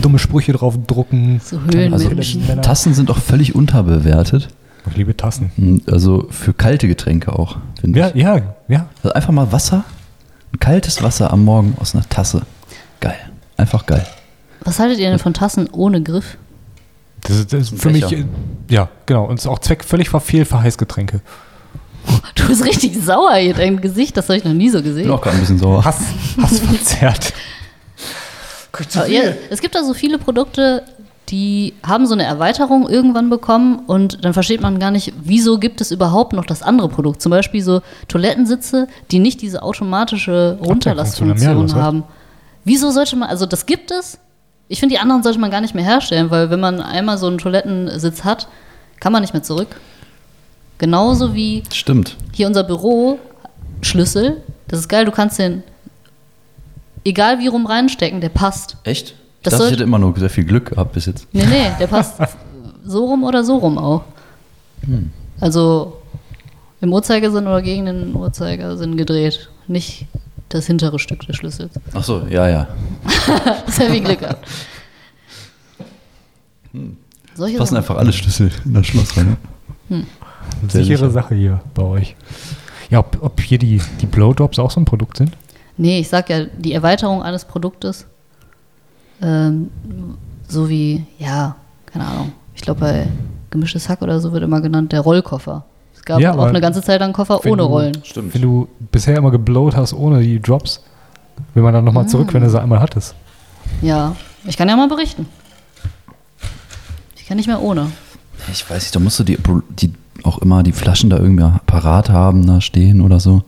B: dumme Sprüche drauf drucken.
A: So Höhlen-
C: Also
A: Menschen.
C: Tassen sind auch völlig unterbewertet.
B: ich liebe Tassen.
C: Also für kalte Getränke auch, finde
B: Ja,
C: ich.
B: ja, ja.
C: Also einfach mal Wasser, ein kaltes Wasser am Morgen aus einer Tasse. Geil. Einfach geil.
A: Was haltet ihr denn von Tassen ohne Griff?
B: Das ist, das ist
C: Ein
B: für mich,
C: Becher.
B: äh, ja, genau. Und ist auch Zweck völlig verfehlt für Heißgetränke.
A: Du bist richtig sauer hier, dein Gesicht, das habe ich noch nie so
C: Ich bin
A: gesehen.
C: auch gerade ein bisschen sauer.
B: Hass, Hass verzerrt.
A: Aber Ja, es gibt da so viele Produkte, die haben so eine Erweiterung irgendwann bekommen und dann versteht man gar nicht, wieso gibt es überhaupt noch das andere Produkt. Zum Beispiel so Toilettensitze, die nicht diese automatische
B: Abdeckfunktion, ja,
A: Runterlassfunktion
B: das heißt.
A: haben. Wieso sollte man, also das gibt es, ich finde die anderen sollte man gar nicht mehr herstellen, weil wenn man einmal so einen Toilettensitz hat, Kann man nicht mehr zurück. Genauso wie
C: Stimmt.
A: hier unser Büro, Schlüssel. Das ist geil, du kannst den egal wie rum reinstecken, der passt.
C: Echt? Ich
A: Das
C: dachte, ich
A: soll-
C: hätte immer nur sehr viel Glück gehabt bis jetzt.
A: Nee, nee, der passt so rum oder so rum auch.
B: Hm.
A: Also im Uhrzeigersinn oder gegen den Uhrzeigersinn gedreht. Nicht das hintere Stück des Schlüssels.
C: Ach so, ja, ja.
A: Das ist ja wie Glück gehabt. Solche
C: Passen
A: Sachen.
C: einfach alle Schlüssel in das Schloss rein. ne? Sehr
B: Sichere
C: sicher.
B: Sache hier bei euch. Ja, ob, ob hier die, die Blowjobs auch so ein Produkt sind?
A: Nee, ich sag ja, die Erweiterung eines Produktes, ähm, so wie, ja, keine Ahnung. Ich glaube, bei gemischtes Hack oder so wird immer genannt der Rollkoffer. Es gab
B: Ja,
A: auch
B: aber
A: eine ganze Zeit lang Koffer
B: wenn
A: ohne
B: du-
A: Rollen.
C: Stimmt.
B: Wenn du bisher immer geblowt hast ohne die Drops, will man dann nochmal zurück, wenn du sie einmal hattest.
A: Ja, ich kann ja mal berichten. Ich kann nicht mehr ohne.
C: Ich weiß nicht, da musst du die, die auch immer die Flaschen da irgendwie parat haben, da stehen oder so.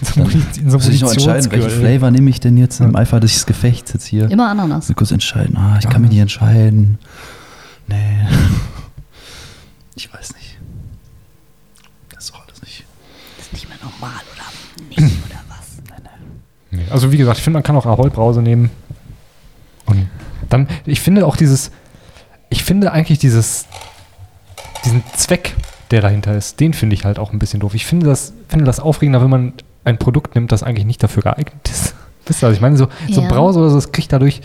B: In so einem Muniz- in so einem
C: Muss ich noch entscheiden, welchen
B: Munitionsgürtel.
C: Flavor nehme ich denn jetzt im Eifer des Gefechts jetzt hier?
A: Immer Ananas.
C: Muss ich kurz entscheiden. Ah, ich kann mich nicht entscheiden. Nee. Ich weiß nicht. Das ist doch alles nicht.
A: Das ist nicht mehr normal oder nicht oder was.
B: Nee, Also wie gesagt, ich finde, man kann auch Ahoi-Brause nehmen. Und dann, ich finde auch dieses, ich finde eigentlich dieses, diesen Zweck, der dahinter ist, den finde ich halt auch ein bisschen doof. Ich finde das, finde das aufregender, wenn man ein Produkt nimmt, das eigentlich nicht dafür geeignet ist. Wisst ihr, was ich meine? So, so
A: Ja.
B: ein Brause oder so, das kriegt dadurch,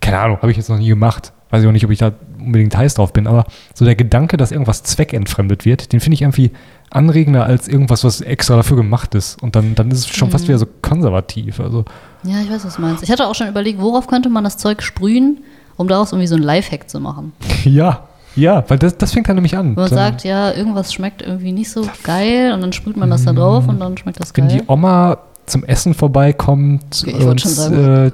B: keine Ahnung, habe ich jetzt noch nie gemacht. Weiß ich auch nicht, ob ich da unbedingt heiß drauf bin, aber so der Gedanke, dass irgendwas zweckentfremdet wird, den finde ich irgendwie anregender als irgendwas, was extra dafür gemacht ist. Und dann, dann ist es schon fast wieder so konservativ. Also,
A: Ja, ich weiß, was du meinst. Ich hatte auch schon überlegt, worauf könnte man das Zeug sprühen, um daraus irgendwie so ein Lifehack zu machen.
B: Ja, ja, weil das, das fängt dann nämlich an.
A: Wenn man
B: Dann,
A: sagt, ja, irgendwas schmeckt irgendwie nicht so geil und dann sprüht man das da drauf und dann schmeckt das
B: wenn
A: geil.
B: die Oma zum Essen vorbeikommt
A: Okay, ich wollte
B: und
A: schon sagen,
B: äh,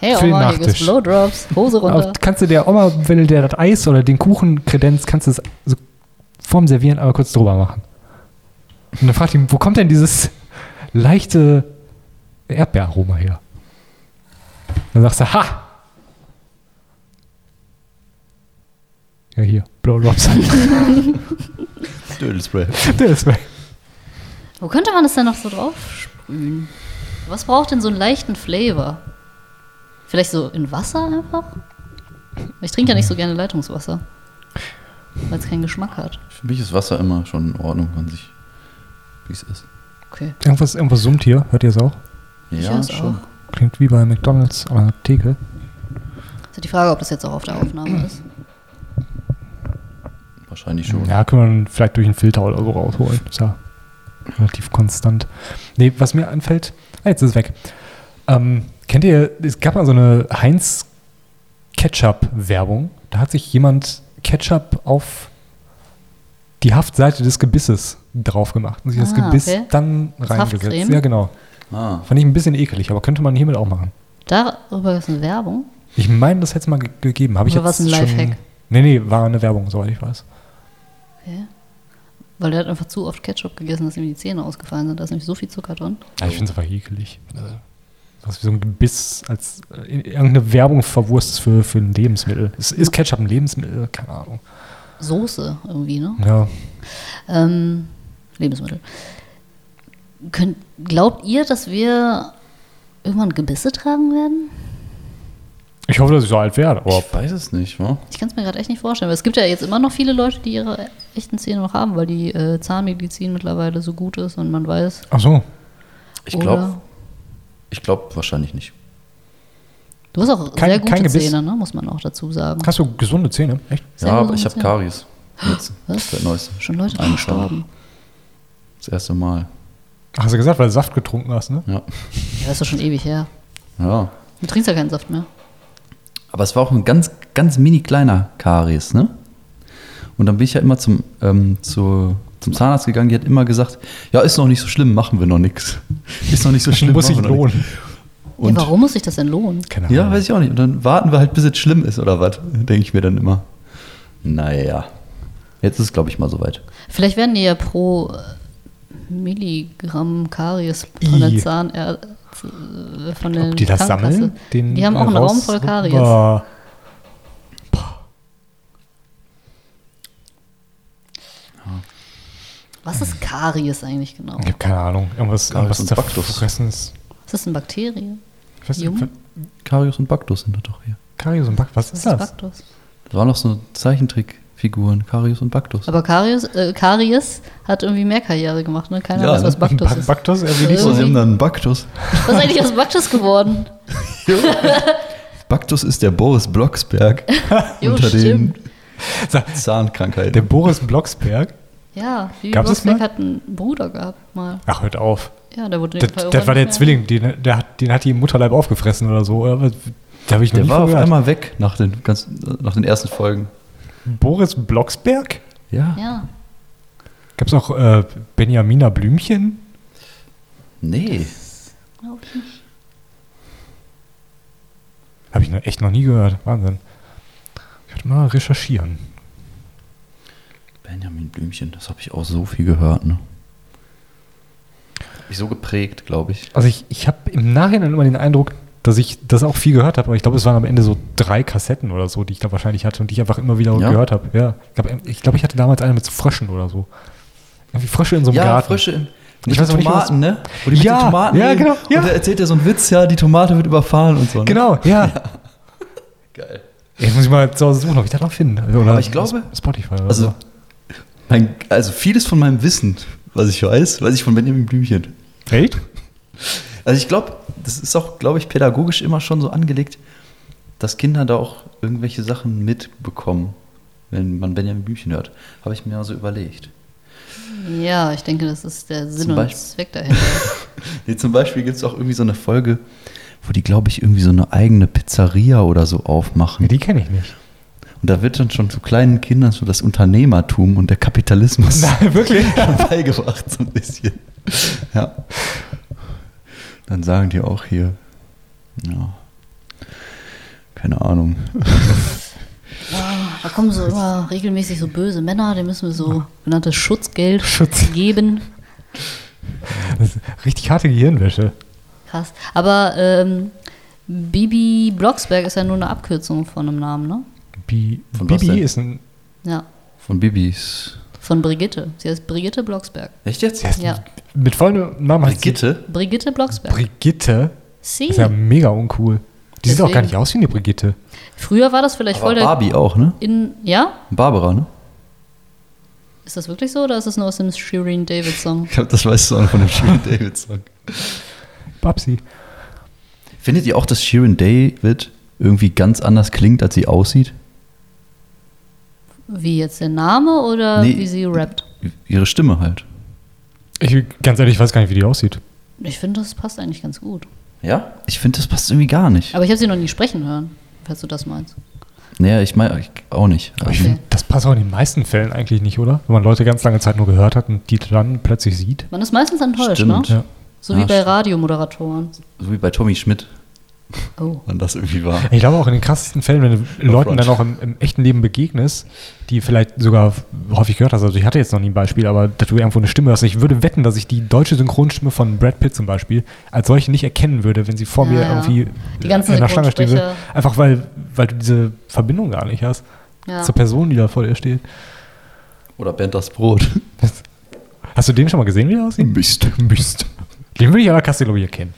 A: Hey
B: für den
A: Oma, hier gibt's
B: Nachtisch.
A: Blowdrops, Hose runter.
B: auch- kannst du der Oma, wenn du der das Eis oder den Kuchen kredenzt, kannst du es so vorm Servieren aber kurz drüber machen. Und dann fragt ihn, wo kommt denn dieses leichte Erdbeeraroma her? Dann sagst du, ha! Ja, hier, Blowdrops.
C: Dödelspray.
B: Der ist weg.
A: Wo könnte man das denn noch so drauf sprühen? Was braucht denn so einen leichten Flavor? Vielleicht so in Wasser einfach? Ich trinke ja nicht so gerne Leitungswasser, weil es keinen Geschmack hat.
C: Für mich ist Wasser immer schon in Ordnung an sich, wie es ist.
A: Okay.
B: Irgendwas, irgendwas summt hier, hört ihr es auch?
A: Ich hör's auch.
B: Klingt wie bei McDonalds an der Theke.
A: Ist ja die Frage, ob das jetzt auch auf der Aufnahme ist.
C: Wahrscheinlich schon.
B: Ja, können wir vielleicht durch einen Filter oder so rausholen. Ist ja relativ konstant. Nee, was mir anfällt, ah, jetzt ist es weg. Ähm, kennt ihr, es gab mal so eine Heinz Ketchup-Werbung. Da hat sich jemand Ketchup auf die Haftseite des Gebisses drauf gemacht und sich das
A: Ah,
B: Gebiss
A: okay.
B: dann
A: Als
B: reingesetzt.
A: Haftcreme?
B: Ja, genau.
C: Ah,
B: Fand ich ein bisschen eklig, aber könnte man hiermit auch machen.
A: Darüber ist eine Werbung.
B: Ich meine, das hätte es mal ge gegeben. Habe ich
A: Oder
B: jetzt
A: war's ein
B: Schon,
A: Lifehack?
B: nee, nee, war eine Werbung, soweit ich weiß.
A: Okay. Weil der hat einfach zu oft Ketchup gegessen, dass ihm die Zähne ausgefallen sind. Da ist nämlich so viel Zucker drin.
B: Ja, ich finde es einfach ekelig. Also, Was wie so ein Gebiss als äh, in- irgendeine Werbung verwurst für, für ein Lebensmittel. Ist, ist Ketchup ein Lebensmittel? Keine Ahnung.
A: Soße irgendwie, ne?
B: Ja.
A: Ähm, Lebensmittel. Könnt, glaubt ihr, dass wir irgendwann Gebisse tragen werden?
B: Ich hoffe, dass ich so alt werde, aber
C: ich weiß es nicht, wa?
A: Ich kann es mir gerade echt nicht vorstellen, weil es gibt ja jetzt immer noch viele Leute, die ihre echten Zähne noch haben, weil die äh, Zahnmedizin mittlerweile so gut ist und man weiß.
B: ach so.
C: Ich glaube
A: oder-
C: ich glaub, wahrscheinlich nicht.
A: Du hast auch
B: Kein-
A: sehr gute
B: kein Gebiss.
A: Zähne, ne? muss man auch dazu sagen.
B: Hast du gesunde Zähne? Echt?
A: Sehr
C: ja, aber
A: gesunde
C: ich habe
A: Zähne.
C: Karies. Jetzt.
A: Was?
C: Das Neueste.
A: Schon Leute
C: Einen
A: gestorben.
C: Das erste Mal.
B: Hast du gesagt, weil du Saft getrunken hast, ne?
C: Ja.
A: Ja, das ist doch schon ewig her.
C: ja.
A: Du trinkst ja keinen Saft mehr.
C: Aber es war auch ein ganz, ganz mini kleiner Karies, ne? Und dann bin ich ja immer zum, ähm, zu, zum Zahnarzt gegangen, die hat immer gesagt, ja, ist noch nicht so schlimm, machen wir noch nichts. Ist noch nicht so schlimm,
B: Muss sich
C: machen wir noch nix.
B: lohnen.
A: Ja,
C: Und ja,
A: warum muss sich das denn lohnen?
B: Keine
C: weiß ich auch nicht. Und dann warten wir halt, bis es schlimm ist oder was, denke ich mir dann immer. Naja, jetzt ist es, glaube ich, mal soweit.
A: Vielleicht werden die ja pro äh, Milligramm Karies von
B: I.
A: der Zahnärzte, äh, von den
B: Ob die das
A: Krankenkasse.
B: sammeln? Den,
A: die haben auch
B: äh,
A: einen Raum
B: raus-
A: voll Karies.
B: Boah.
A: Was ist Karies eigentlich genau?
B: Ich habe keine Ahnung. Irgendwas,
C: Karies
B: irgendwas
C: und Baktus.
B: zerfressenes.
A: Ist das eine Bakterie?
B: Ich weiß
A: Jung?
B: nicht,
C: Karius und Baktus sind da doch hier.
B: Karies und Back, was
A: Was
B: ist
A: ist
B: das?
A: Baktus?
C: Das waren noch so Zeichentrickfiguren, Karius und Baktus.
A: Aber Karies, äh, Karies hat irgendwie mehr Karriere gemacht, ne? Keiner
C: Ja,
A: weiß, was
C: ne?
A: Baktus Äh.
B: Ba-
A: ist.
B: Baktus? Irgendwie nicht
C: So,
B: so.
C: sie haben dann einen Baktus.
A: Was ist eigentlich aus Baktus geworden?
C: Baktus ist der Boris Blocksberg
A: Jo,
C: unter den
A: stimmt.
B: Sag, Der
C: Zahnkrankheiten.
B: Boris Blocksberg?
A: Ja, Bibi
B: Gab's das
A: Blocksberg
B: mal?
A: hat einen Bruder gehabt mal.
B: Ach, hört auf.
A: Ja, der wurde
B: Das, das war der Zwilling, den, der hat, den hat die im Mutterleib aufgefressen oder so. Oder? was? Da habe ich noch
C: Der
B: nie
C: war
B: von
C: auf
B: gehört.
C: einmal weg nach den, ganzen, nach den ersten Folgen.
B: Boris Blocksberg?
C: Ja.
A: Ja.
B: Gab es auch äh, Benjamina Blümchen?
C: Nee.
A: glaub ich nicht.
B: Habe ich noch, echt noch nie gehört. Wahnsinn. Ich werde mal recherchieren.
C: Benjamin Blümchen, das habe ich auch so viel gehört. Ne? Hab ich so geprägt, glaube ich.
B: Also ich, ich habe im Nachhinein immer den Eindruck, dass ich das auch viel gehört habe, aber ich glaube, es waren am Ende so drei Kassetten oder so, die ich da wahrscheinlich hatte und die ich einfach immer wieder
C: Ja?
B: gehört habe. Ja. Ich glaube, ich, glaub, ich hatte damals eine mit so Fröschen oder so. Irgendwie Frösche in so einem
C: ja,
B: Garten.
C: frische in, mit
B: Ich weiß
C: den
B: auch nicht, was-
C: Tomaten, ne? Wo die mit
B: Ja,
C: den Tomaten
B: ja,
C: reden.
B: genau, ja.
C: Und da erzählt er so einen Witz, ja, die Tomate wird überfahren und so. Ne?
B: Genau, ja.
C: Geil.
B: Ich muss ich mal zu Hause suchen, ob ich das noch finde. Oder
C: Aber ich glaube-
B: Spotify oder
C: Also,
B: so.
C: mein, also vieles von meinem Wissen, was ich weiß, weiß ich von Benjamin Blümchen.
B: Echt?
C: Also ich glaube, das ist auch, glaube ich, pädagogisch immer schon so angelegt, dass Kinder da auch irgendwelche Sachen mitbekommen, wenn man Benjamin Blümchen hört. Habe ich mir mal so überlegt.
A: Ja, ich denke, das ist der Sinn
C: Zum
A: und
C: Beispiel.
A: Zweck dahinter.
C: Nee, zum Beispiel gibt es auch irgendwie so eine Folge, wo die, glaube ich, irgendwie so eine eigene Pizzeria oder so aufmachen.
B: Nee, die kenne ich nicht.
C: Und da wird dann schon zu kleinen Kindern so das Unternehmertum und der Kapitalismus
B: Nein, wirklich?
C: beigebracht, so ein bisschen. Ja. Dann sagen die auch hier, ja, keine Ahnung.
A: Da kommen so immer regelmäßig so böse Männer, denen müssen wir so genanntes Schutzgeld
B: Schutz.
A: geben.
B: Das ist richtig harte Gehirnwäsche.
A: Krass. Aber ähm, Bibi Blocksberg ist ja nur eine Abkürzung von einem Namen, ne?
B: Bi
C: Von was
B: Bibi
C: denn?
B: ist ein.
A: Ja.
C: Von Bibis.
A: Von Brigitte. Sie heißt Brigitte Blocksberg.
C: Echt jetzt?
B: Sie heißt,
A: Ja.
B: Mit vollem Namen heißt sie
C: Brigitte?
A: Brigitte Blocksberg.
B: Brigitte.
A: sie.
B: Das ist ja mega uncool. Die sieht auch gar
A: Deswegen.
B: nicht aus wie eine Brigitte.
A: Früher war das vielleicht
C: Aber
A: voll der.
C: Barbie auch, ne?
A: In, ja?
C: Barbara, ne?
A: Ist das wirklich so oder ist das nur aus dem Shireen David Song?
C: Ich glaube, das weißt du auch von dem Shirin David Song.
B: Babsi.
C: Findet ihr auch, dass Shirin David irgendwie ganz anders klingt, als sie aussieht?
A: Wie jetzt der Name oder
C: Nee.
A: wie sie rappt?
C: Ihre Stimme halt.
B: Ich, ganz ehrlich, ich weiß gar nicht, wie die aussieht.
A: Ich finde, das passt eigentlich ganz gut.
C: Ja? Ich finde, das passt irgendwie gar nicht.
A: Aber ich habe sie noch nie sprechen hören, falls du das meinst.
C: Naja, ich meine ich, auch nicht.
B: Aber ich
A: Okay.
B: finde, das passt auch in den meisten Fällen eigentlich nicht, oder? Wenn man Leute ganz lange Zeit nur gehört hat und die dann plötzlich sieht.
A: Man ist meistens enttäuscht,
C: Stimmt.
A: ne?
B: Ja.
A: So wie
C: Ja,
A: bei
C: stimmt.
A: Radiomoderatoren.
C: So wie bei Tommy Schmidt,
A: Oh.
C: wann das irgendwie war.
B: Ich glaube auch in den krassesten Fällen, wenn du Leuten
C: Front.
B: dann auch im, im echten Leben begegnest, die vielleicht sogar häufig gehört hast, also ich hatte jetzt noch nie ein Beispiel, aber dass du irgendwo eine Stimme hast. Ich würde wetten, dass ich die deutsche Synchronstimme von Brad Pitt zum Beispiel als solche nicht erkennen würde, wenn sie vor
A: Ja,
B: mir
A: ja.
B: irgendwie
A: Die ganzen
B: in der Schlange stünde.
A: Synchronsprecher.
B: Einfach weil, weil du diese Verbindung gar nicht hast
A: Ja.
B: zur Person, die da vor dir steht.
C: Oder Bernd das Brot.
B: Hast du den schon mal gesehen, wie der aussieht?
C: Mist, Mist.
B: Den würde ich aber Castellobi erkennen.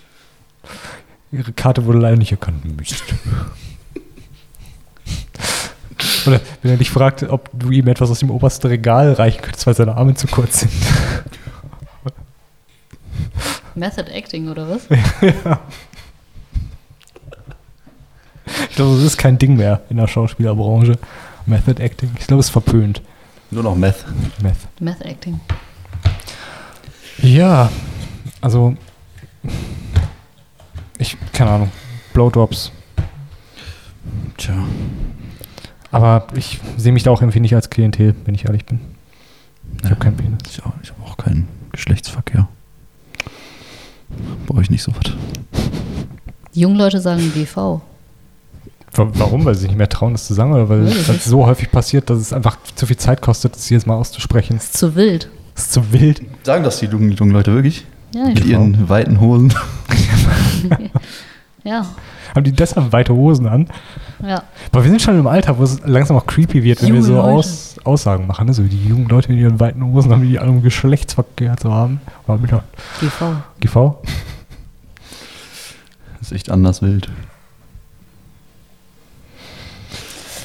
B: Ihre Karte wurde leider nicht erkannt. Mist. Oder wenn er dich fragt, ob du ihm etwas aus dem obersten Regal reichen könntest, weil seine Arme zu kurz sind.
A: Method Acting oder was?
B: Ich glaube, das ist kein Ding mehr in der Schauspielerbranche. Method Acting. Ich glaube, es ist verpönt.
C: Nur noch Meth.
B: Meth.
A: Method Acting.
B: Ja, also. Ich, keine Ahnung. Blowdrops.
C: Tja.
B: Aber ich sehe mich da auch irgendwie nicht als Klientel, wenn ich ehrlich bin. Ich habe keinen Penis.
C: Ich habe hab auch keinen Geschlechtsverkehr. Brauche ich nicht so was.
A: Die jungen Leute sagen GV.
B: Wa- Warum? Weil sie sich nicht mehr trauen, das zu sagen oder weil
A: Weiß ich nicht.
B: das so häufig passiert, dass es einfach zu viel Zeit kostet, das jedes Mal auszusprechen.
A: Das ist zu wild.
B: Das ist zu wild.
C: Sagen das die jungen, jungen Leute wirklich?
A: Ja,
C: Mit
A: ich,
C: ihren weiten Hosen.
A: ja,
B: Haben die deshalb weite Hosen an?
A: ja.
B: Aber wir sind schon im Alter, wo es langsam auch creepy wird, wenn
A: Junge
B: wir so
A: Leute.
B: aus, Aussagen machen, ne? so wie die jungen Leute mit ihren weiten Hosen haben, die alle um Geschlechtsverkehr zu haben. War mit der
A: GV.
B: GV?
C: Das ist echt anders wild.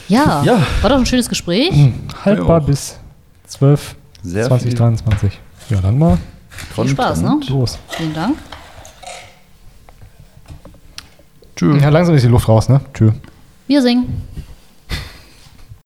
A: Ja,
C: Ja.
A: war doch ein schönes Gespräch.
B: Hm. Haltbar
C: Ja.
B: bis 12,
C: Sehr
B: 2023. Ja, dann mal
A: Viel Spaß, ne?
C: Content.
B: los.
A: Vielen Dank.
C: Tschüss.
B: Ja, langsam ist die Luft raus, ne? Tschüss.
A: Wir singen.